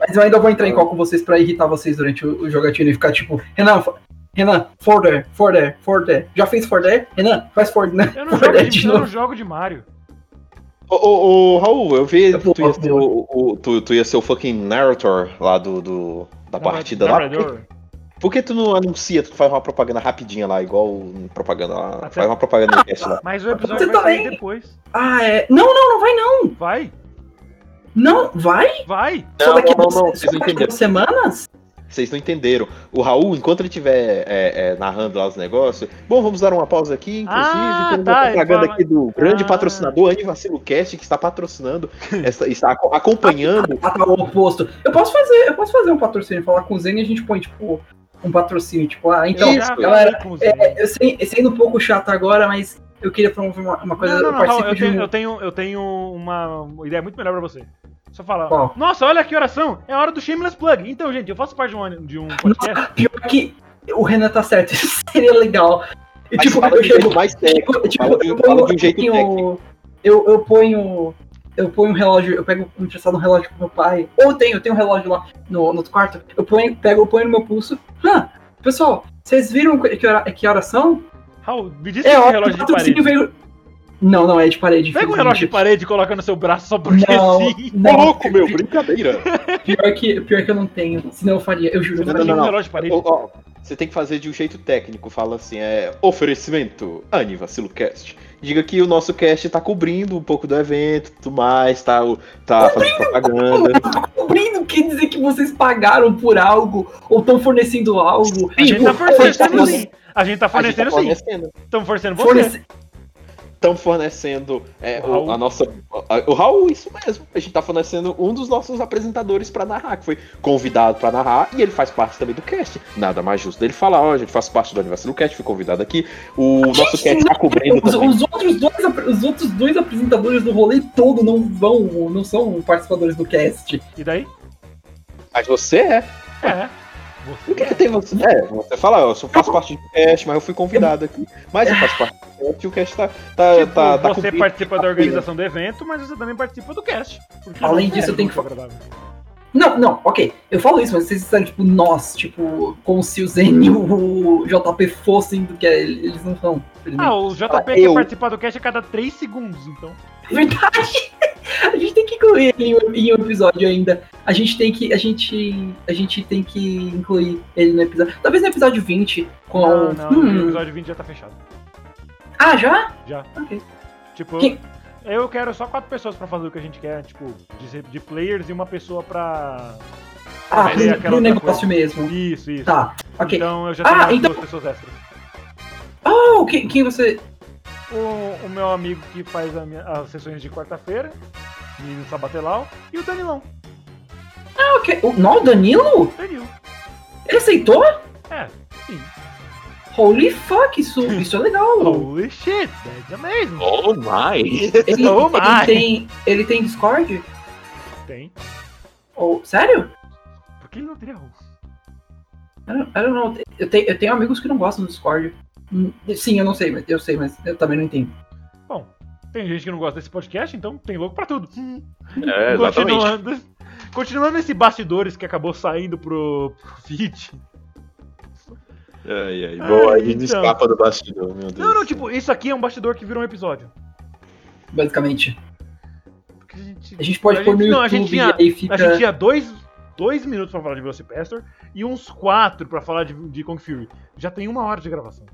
S3: Mas eu ainda vou
S2: É.
S3: entrar em call com vocês pra irritar vocês durante o, o jogatinho e ficar tipo, Renan, fa- Renan, for there, for there, for there. Já fez for there? Renan, faz for né? there.
S1: Eu não, jogo de,
S3: de
S1: eu não
S3: novo.
S1: jogo de Mario.
S2: Ô, ô, ô, Raul, eu vi
S3: Eu
S2: que tu ia
S3: vou-
S2: ser o, o- tu, tu ia ser o fucking narrator lá do, do- da partida lá. Por que-
S1: Narrador.
S2: Por que tu não anuncia, tu faz uma propaganda rapidinha lá, igual um propaganda lá.
S1: Até-
S2: Faz uma propaganda no cast lá.
S1: Mas o episódio
S3: Você
S1: vai sair
S3: também?
S1: depois.
S3: Ah, é. Não, não, não vai não.
S1: Vai!
S3: Não, vai?
S1: Vai!
S2: Não, não, não,
S3: duas-
S2: não, vocês
S3: só
S2: não
S3: daqui
S2: entenderam.
S3: duas semanas?
S2: Vocês não entenderam. O Raul, enquanto ele estiver narrando lá os negócios, bom, vamos dar uma pausa aqui, inclusive,
S1: Ah,
S2: temos
S1: tá,
S2: uma propaganda
S1: ele fala-
S2: aqui do grande
S1: Ah.
S2: patrocinador Anivacilo Cast, que está patrocinando, essa- está aco- acompanhando.
S3: Ah, tá, o oposto. Eu posso fazer, eu posso fazer um patrocínio, falar com o Zen e a gente põe, tipo, um patrocínio, tipo, ah, então,
S1: Eu já falei
S3: galera,
S1: com o Zé.
S3: É, eu sei, eu sendo um pouco chato agora, mas eu queria promover uma, uma coisa.
S1: Não, não,
S3: eu
S1: não, Raul,
S3: participo
S1: eu
S3: de um.
S1: tenho, eu tenho, eu tenho uma ideia muito melhor pra você. Só falar.
S3: Qual?
S1: Nossa, olha que oração! É a hora do Shameless Plug. Então, gente, eu faço parte de um, de um podcast.
S3: Pior que o Renan tá certo, isso seria legal. Eu,
S2: Mas
S3: tipo,
S2: fala
S3: eu
S2: de um jeito
S3: chego.
S2: mais técnico.
S3: Tipo, tipo,
S2: fala de,
S3: eu
S2: um- fala de um
S3: ponho-
S2: jeito
S3: eu
S2: técnico.
S3: ponho- Eu, eu ponho. Eu ponho um relógio, eu pego emprestado um relógio pro meu pai. Ou eu tenho, eu tenho um relógio lá no, no outro quarto. Eu ponho, pego, eu ponho no meu pulso. Hã, pessoal, vocês viram que, hora, que horas são?
S1: Raul, me diz que
S3: É
S1: é um
S3: hora
S1: relógio de parede.
S3: veio. Não, não, é de parede.
S1: Pega um
S3: infelizmente.
S1: relógio de parede e coloca no seu braço só porque
S3: Não,
S1: sim.
S2: Ô,
S3: não,
S2: louco, meu, brincadeira.
S3: Pior que, pior que eu não tenho, senão eu faria, eu juro.
S1: Você
S3: eu
S1: não,
S2: Não,
S1: tem
S2: não,
S1: um
S2: não.
S1: relógio de parede.
S2: Ó, ó, você tem que fazer de um jeito técnico. Fala assim, é oferecimento, Anivacilo Cast. Diga que o nosso cast tá cobrindo um pouco do evento, tudo mais, tá, o- tá fazendo propaganda.
S3: cobrindo quer dizer que vocês pagaram por algo ou estão fornecendo algo.
S1: A gente tá
S3: Tipo,
S1: fornecendo
S3: fornecendo-
S1: sim. A gente tá
S2: A gente
S1: fornecendo
S2: tá
S1: sim. Estamos fornecendo você.
S3: fornece-
S2: Estamos fornecendo é,
S1: O Raul.
S2: o, a nossa. a- o Raul, isso mesmo. A gente tá fornecendo um dos nossos apresentadores pra narrar, que foi convidado pra narrar, e ele faz parte também do cast. Nada mais justo dele falar, ó, a gente faz parte do Anivacilo Cast, fui convidado aqui. O nosso cast tá cobrindo
S3: Os,
S2: também.
S3: os outros dois, ap- os outros dois apresentadores do rolê todo não vão, não são participadores do cast.
S1: E daí?
S2: Mas você é.
S1: É.
S2: O que,
S1: Você.
S2: que tem você? É, você fala, eu sou- faço parte do cast, mas eu fui convidado aqui. Mas eu faço parte do cast e o cast tá. tá,
S1: Tipo,
S2: tá, tá
S1: você
S2: cobrindo.
S1: participa da organização do evento, mas você também participa do cast. Por que
S3: Além
S1: não?
S3: disso,
S1: É
S3: eu tenho que
S1: muito agradável.
S3: Não, não, ok. Eu falo isso, mas vocês estão tipo nós, tipo, como se o Zen e o JP fossem do que é, eles não são. infelizmente.
S1: Ah, o JP
S2: Ah,
S1: quer
S2: eu-
S1: participar do cast a cada 3 segundos, então.
S3: Verdade! A gente tem que incluir ele em um- em um episódio ainda. A gente tem que. A gente. A gente tem que incluir ele no episódio. Talvez no episódio 20. Com.
S1: Não, não,
S3: Hum.
S1: o episódio 20 já tá fechado.
S3: Ah, já?
S1: Já.
S3: Ok.
S1: Tipo,
S3: Que-
S1: eu quero só quatro pessoas pra fazer o que a gente quer, tipo, de, de players e uma pessoa pra.
S3: Ah,
S1: Mas
S3: pro,
S1: aí é aquela
S3: pro
S1: outra
S3: negócio mesmo.
S1: Isso, isso.
S3: Tá, ok.
S1: Então eu já
S3: Ah,
S1: tenho as
S3: então-
S1: duas pessoas extras.
S3: Oh, quem, quem você.
S1: O, o meu amigo que faz a minha- as sessões de quarta-feira, menino Sabatelau, e o Danilão,
S3: Ah, ok. O, não, o Danilo?
S1: Danilo.
S3: Ele aceitou?
S1: É, sim.
S3: Holy fuck, isso, isso é legal.
S1: Holy shit, that's amazing.
S2: Oh my!
S3: Ele,
S1: Oh my.
S3: ele, tem, ele tem Discord?
S1: Tem.
S3: Ou, sério?
S1: Por que ele não teria host?
S3: I don't, I don't know. Eu, te, eu tenho amigos que não gostam do Discord. Hum, Sim, eu não sei, mas eu sei, mas eu também não entendo.
S1: Bom, tem gente que não gosta desse podcast, então tem louco pra tudo.
S3: Hum.
S2: É, exatamente.
S1: continuando, continuando esse bastidores que acabou saindo pro, pro feed.
S2: Ai, ai. Bom,
S1: Ah,
S2: a
S1: então.
S2: gente escapa do bastidor, meu Deus.
S1: Não, não, tipo, isso aqui é um bastidor que virou um episódio.
S3: Basicamente.
S1: Porque a gente,
S3: A gente pode
S1: A
S3: pôr no
S1: gente-
S3: YouTube
S1: não, a gente tinha-
S3: e aí fica.
S1: a gente tinha dois, dois minutos pra falar de Velocipastor e uns quatro pra falar de, de Kong Fury. Já tem uma hora de gravação.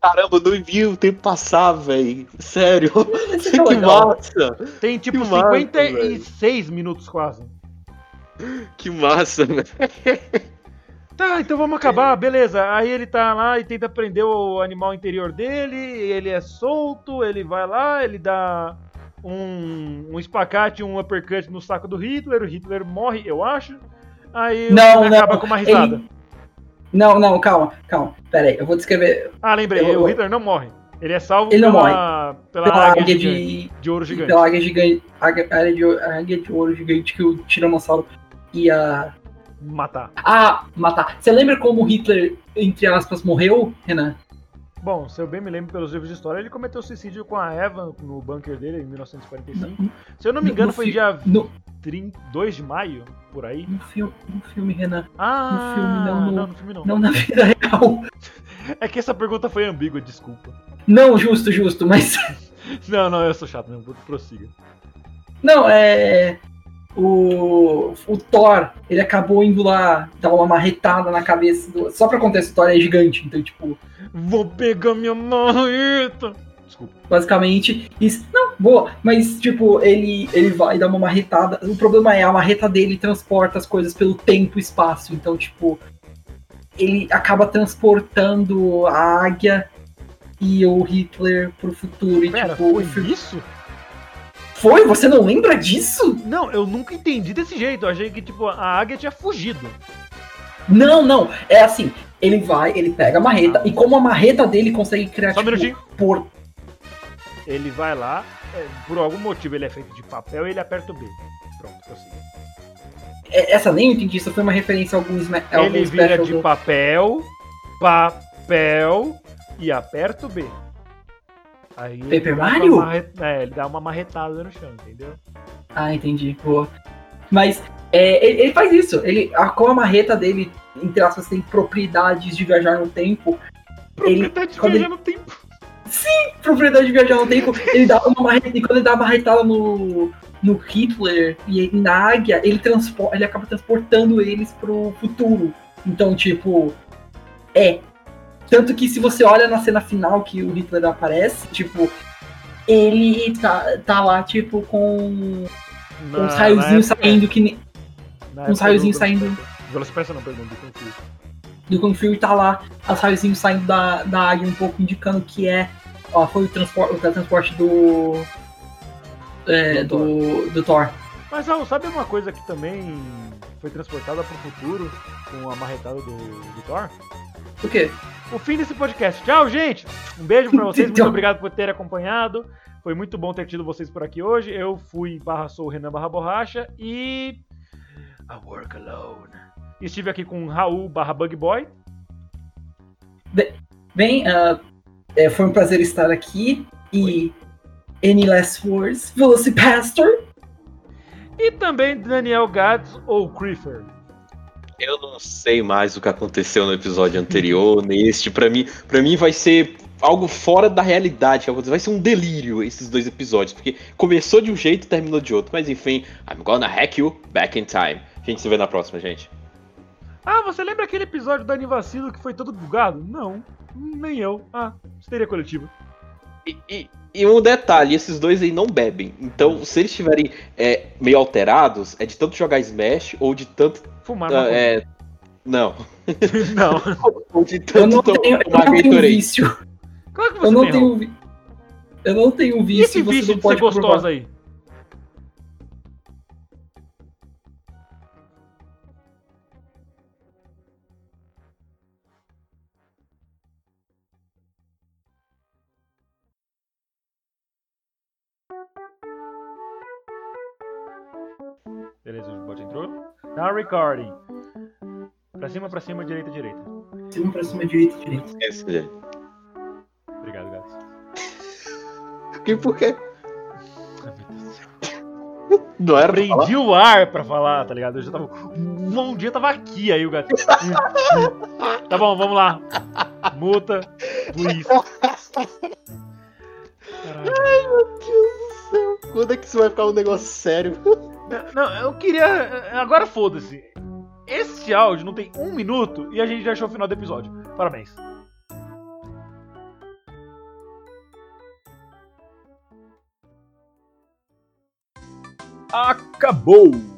S2: Caramba, eu não vi o tempo passar, velho. Sério.
S3: Esse aqui é
S2: Que
S3: legal.
S2: massa.
S1: Tem tipo
S2: Que massa,
S1: 56 minutos quase.
S2: Que massa, né? velho.
S1: Tá, então vamos acabar, beleza. Aí ele tá lá e tenta prender o animal interior dele, ele é solto, ele vai lá, ele dá um, um espacate, um uppercut no saco do Hitler, o Hitler morre, eu acho. Aí o
S3: Não,
S1: Hitler
S3: não,
S1: acaba com uma risada.
S3: Não, não, calma, calma. Pera aí, eu vou descrever.
S1: Ah, lembrei,
S3: Eu-
S1: o Hitler não morre. Ele é salvo
S3: Ele não
S1: pela, pela,
S3: Pela
S1: águia
S3: águia
S1: gigante,
S3: de. Então,
S1: de ouro gigante.
S3: Pela águia gigante. Águia, área de, águia de ouro gigante que o Tiranossauro ia.
S1: Matar.
S3: Ah, matar. Você lembra como Hitler, entre aspas, morreu, Renan?
S1: Bom, se eu bem me lembro pelos livros de história, ele cometeu suicídio com a Eva no bunker dele em 1945. Se eu não me
S3: No-
S1: engano,
S3: no
S1: foi
S3: fi-
S1: dia
S3: No,
S1: 30, 2 de maio, por aí.
S3: no, filme, no filme, Renan.
S1: Ah,
S3: filme, não, no-
S1: Não, no filme não.
S3: Não na vida real.
S1: É que essa pergunta foi ambígua, desculpa.
S3: Não, justo, justo, mas.
S1: Não, não, eu sou chato mesmo, prossiga.
S3: Não, é. O, o Thor, ele acabou indo lá dar uma marretada na cabeça do. Só pra contar essa história, é gigante. Então, tipo,
S1: Vou pegar minha marreta. Desculpa.
S3: basicamente. Isso, não, boa, mas, tipo, ele, ele vai dar uma marretada. O problema é a marreta dele transporta as coisas pelo tempo e espaço. Então, tipo, ele acaba transportando a águia e o Hitler pro futuro. E,
S1: Pera,
S3: tipo,
S1: foi
S3: o filme-
S1: isso?
S3: foi? Você não lembra disso?
S1: Não, eu nunca entendi desse jeito. Eu achei que, tipo, a águia tinha fugido.
S3: Não, não. É assim, ele vai, ele pega a marreta, e como a marreta dele consegue criar tipo,
S1: Só um minutinho.
S3: por.
S1: Ele vai lá, é, por algum motivo ele é feito de papel e ele aperta o B. Pronto, prossiga.
S3: é, Essa nem eu entendi, isso foi uma referência a alguns. me- a
S1: ele
S3: alguns
S1: vira
S3: É special
S1: de
S3: do-
S1: papel, papel e aperta o B. Aí ele
S3: Paper
S1: dá uma
S3: Mario?
S1: marre- É, ele dá uma marretada no chão, entendeu?
S3: Ah, entendi. Boa. Mas é, ele, ele faz isso. Ele, a, com a marreta dele, entre aspas, tem propriedades de viajar no tempo. Ele,
S1: Tá te
S3: quando ele-
S1: viajando o tempo.
S3: propriedade de viajar no tempo, ele dá uma marreta. E quando ele dá a marretada no, no Hitler e na águia, ele, transpo, ele acaba transportando eles pro futuro. Então, tipo. É. Tanto que se você olha na cena final que o Hitler aparece, tipo. Ele tá, tá lá, tipo, com com
S1: Na-
S3: uns raiozinhos
S1: na época-
S3: saindo que nem.
S1: na
S3: uns
S1: época
S3: raiozinhos
S1: do
S3: saindo.
S1: Velocipede. Velocipede não, perdão, do Confused.
S3: do Kung Fury tá lá, as raiozinhos saindo da, da águia um pouco, indicando que é. Ó, foi o, transpor, o teletransporte do. É, do, do Thor.
S1: Mas Raul, sabe uma coisa que também foi transportada pro futuro com a marretada do, do Thor?
S3: O quê?
S1: o fim desse podcast. Tchau, gente. Um beijo pra vocês. Muito
S3: Tchau.
S1: obrigado por terem acompanhado. Foi muito bom ter tido vocês por aqui hoje. Eu fui barra sou o Renan barra borracha e I work alone. Estive aqui com o Raul barra bug boy.
S3: Bem, ah, é, foi um prazer estar aqui e. Any last words? Velocipastor?
S1: e também Daniel Gads ou Creeper.
S2: Eu não sei mais o que aconteceu no episódio anterior, neste. Pra mim, para mim vai ser algo fora da realidade. que aconteceu. Vai ser um delírio esses dois episódios, porque começou de um jeito e terminou de outro. Mas enfim, I'm gonna hack you back in time. A gente se vê na próxima, gente.
S1: Ah, você lembra aquele episódio do Anivacilo que foi todo bugado? Não, nem eu. Ah, histeria coletiva.
S2: E, e- e um detalhe, esses dois aí não bebem. Então, se eles estiverem é, meio alterados, é de tanto jogar Smash ou de tanto.
S1: Fumar
S2: ah,
S1: maconha.
S2: é, não.
S1: Não.
S2: Ou de tanto
S3: Eu não
S2: tomar
S3: tenho, eu não tenho
S2: Gatorade.
S3: vício.
S1: Claro que você
S3: Eu não
S1: tem, Raul.
S3: tenho vi- Eu não tenho
S1: E
S3: vício
S1: esse
S3: e você
S1: bicho
S3: não
S1: de ser
S3: pode provar.
S1: gostosa aí? Beleza, o bot entrou. Now um recording. Pra cima, pra cima, direita, direita.
S3: Cima pra cima, direita, direita.
S2: Esquece, gente.
S1: Obrigado, Gabs.
S4: Que por quê?
S2: Não é era pra falar?
S1: Prendi o ar pra falar, tá ligado? Eu já tava. Um dia eu tava aqui, aí o gato. tá bom, vamos lá. Multa, juiz. Caralho.
S4: Quando é que isso vai ficar um negócio sério?
S1: Não, eu queria. Agora foda-se. Este áudio não tem um minuto e a gente já achou o final do episódio. Parabéns. Acabou!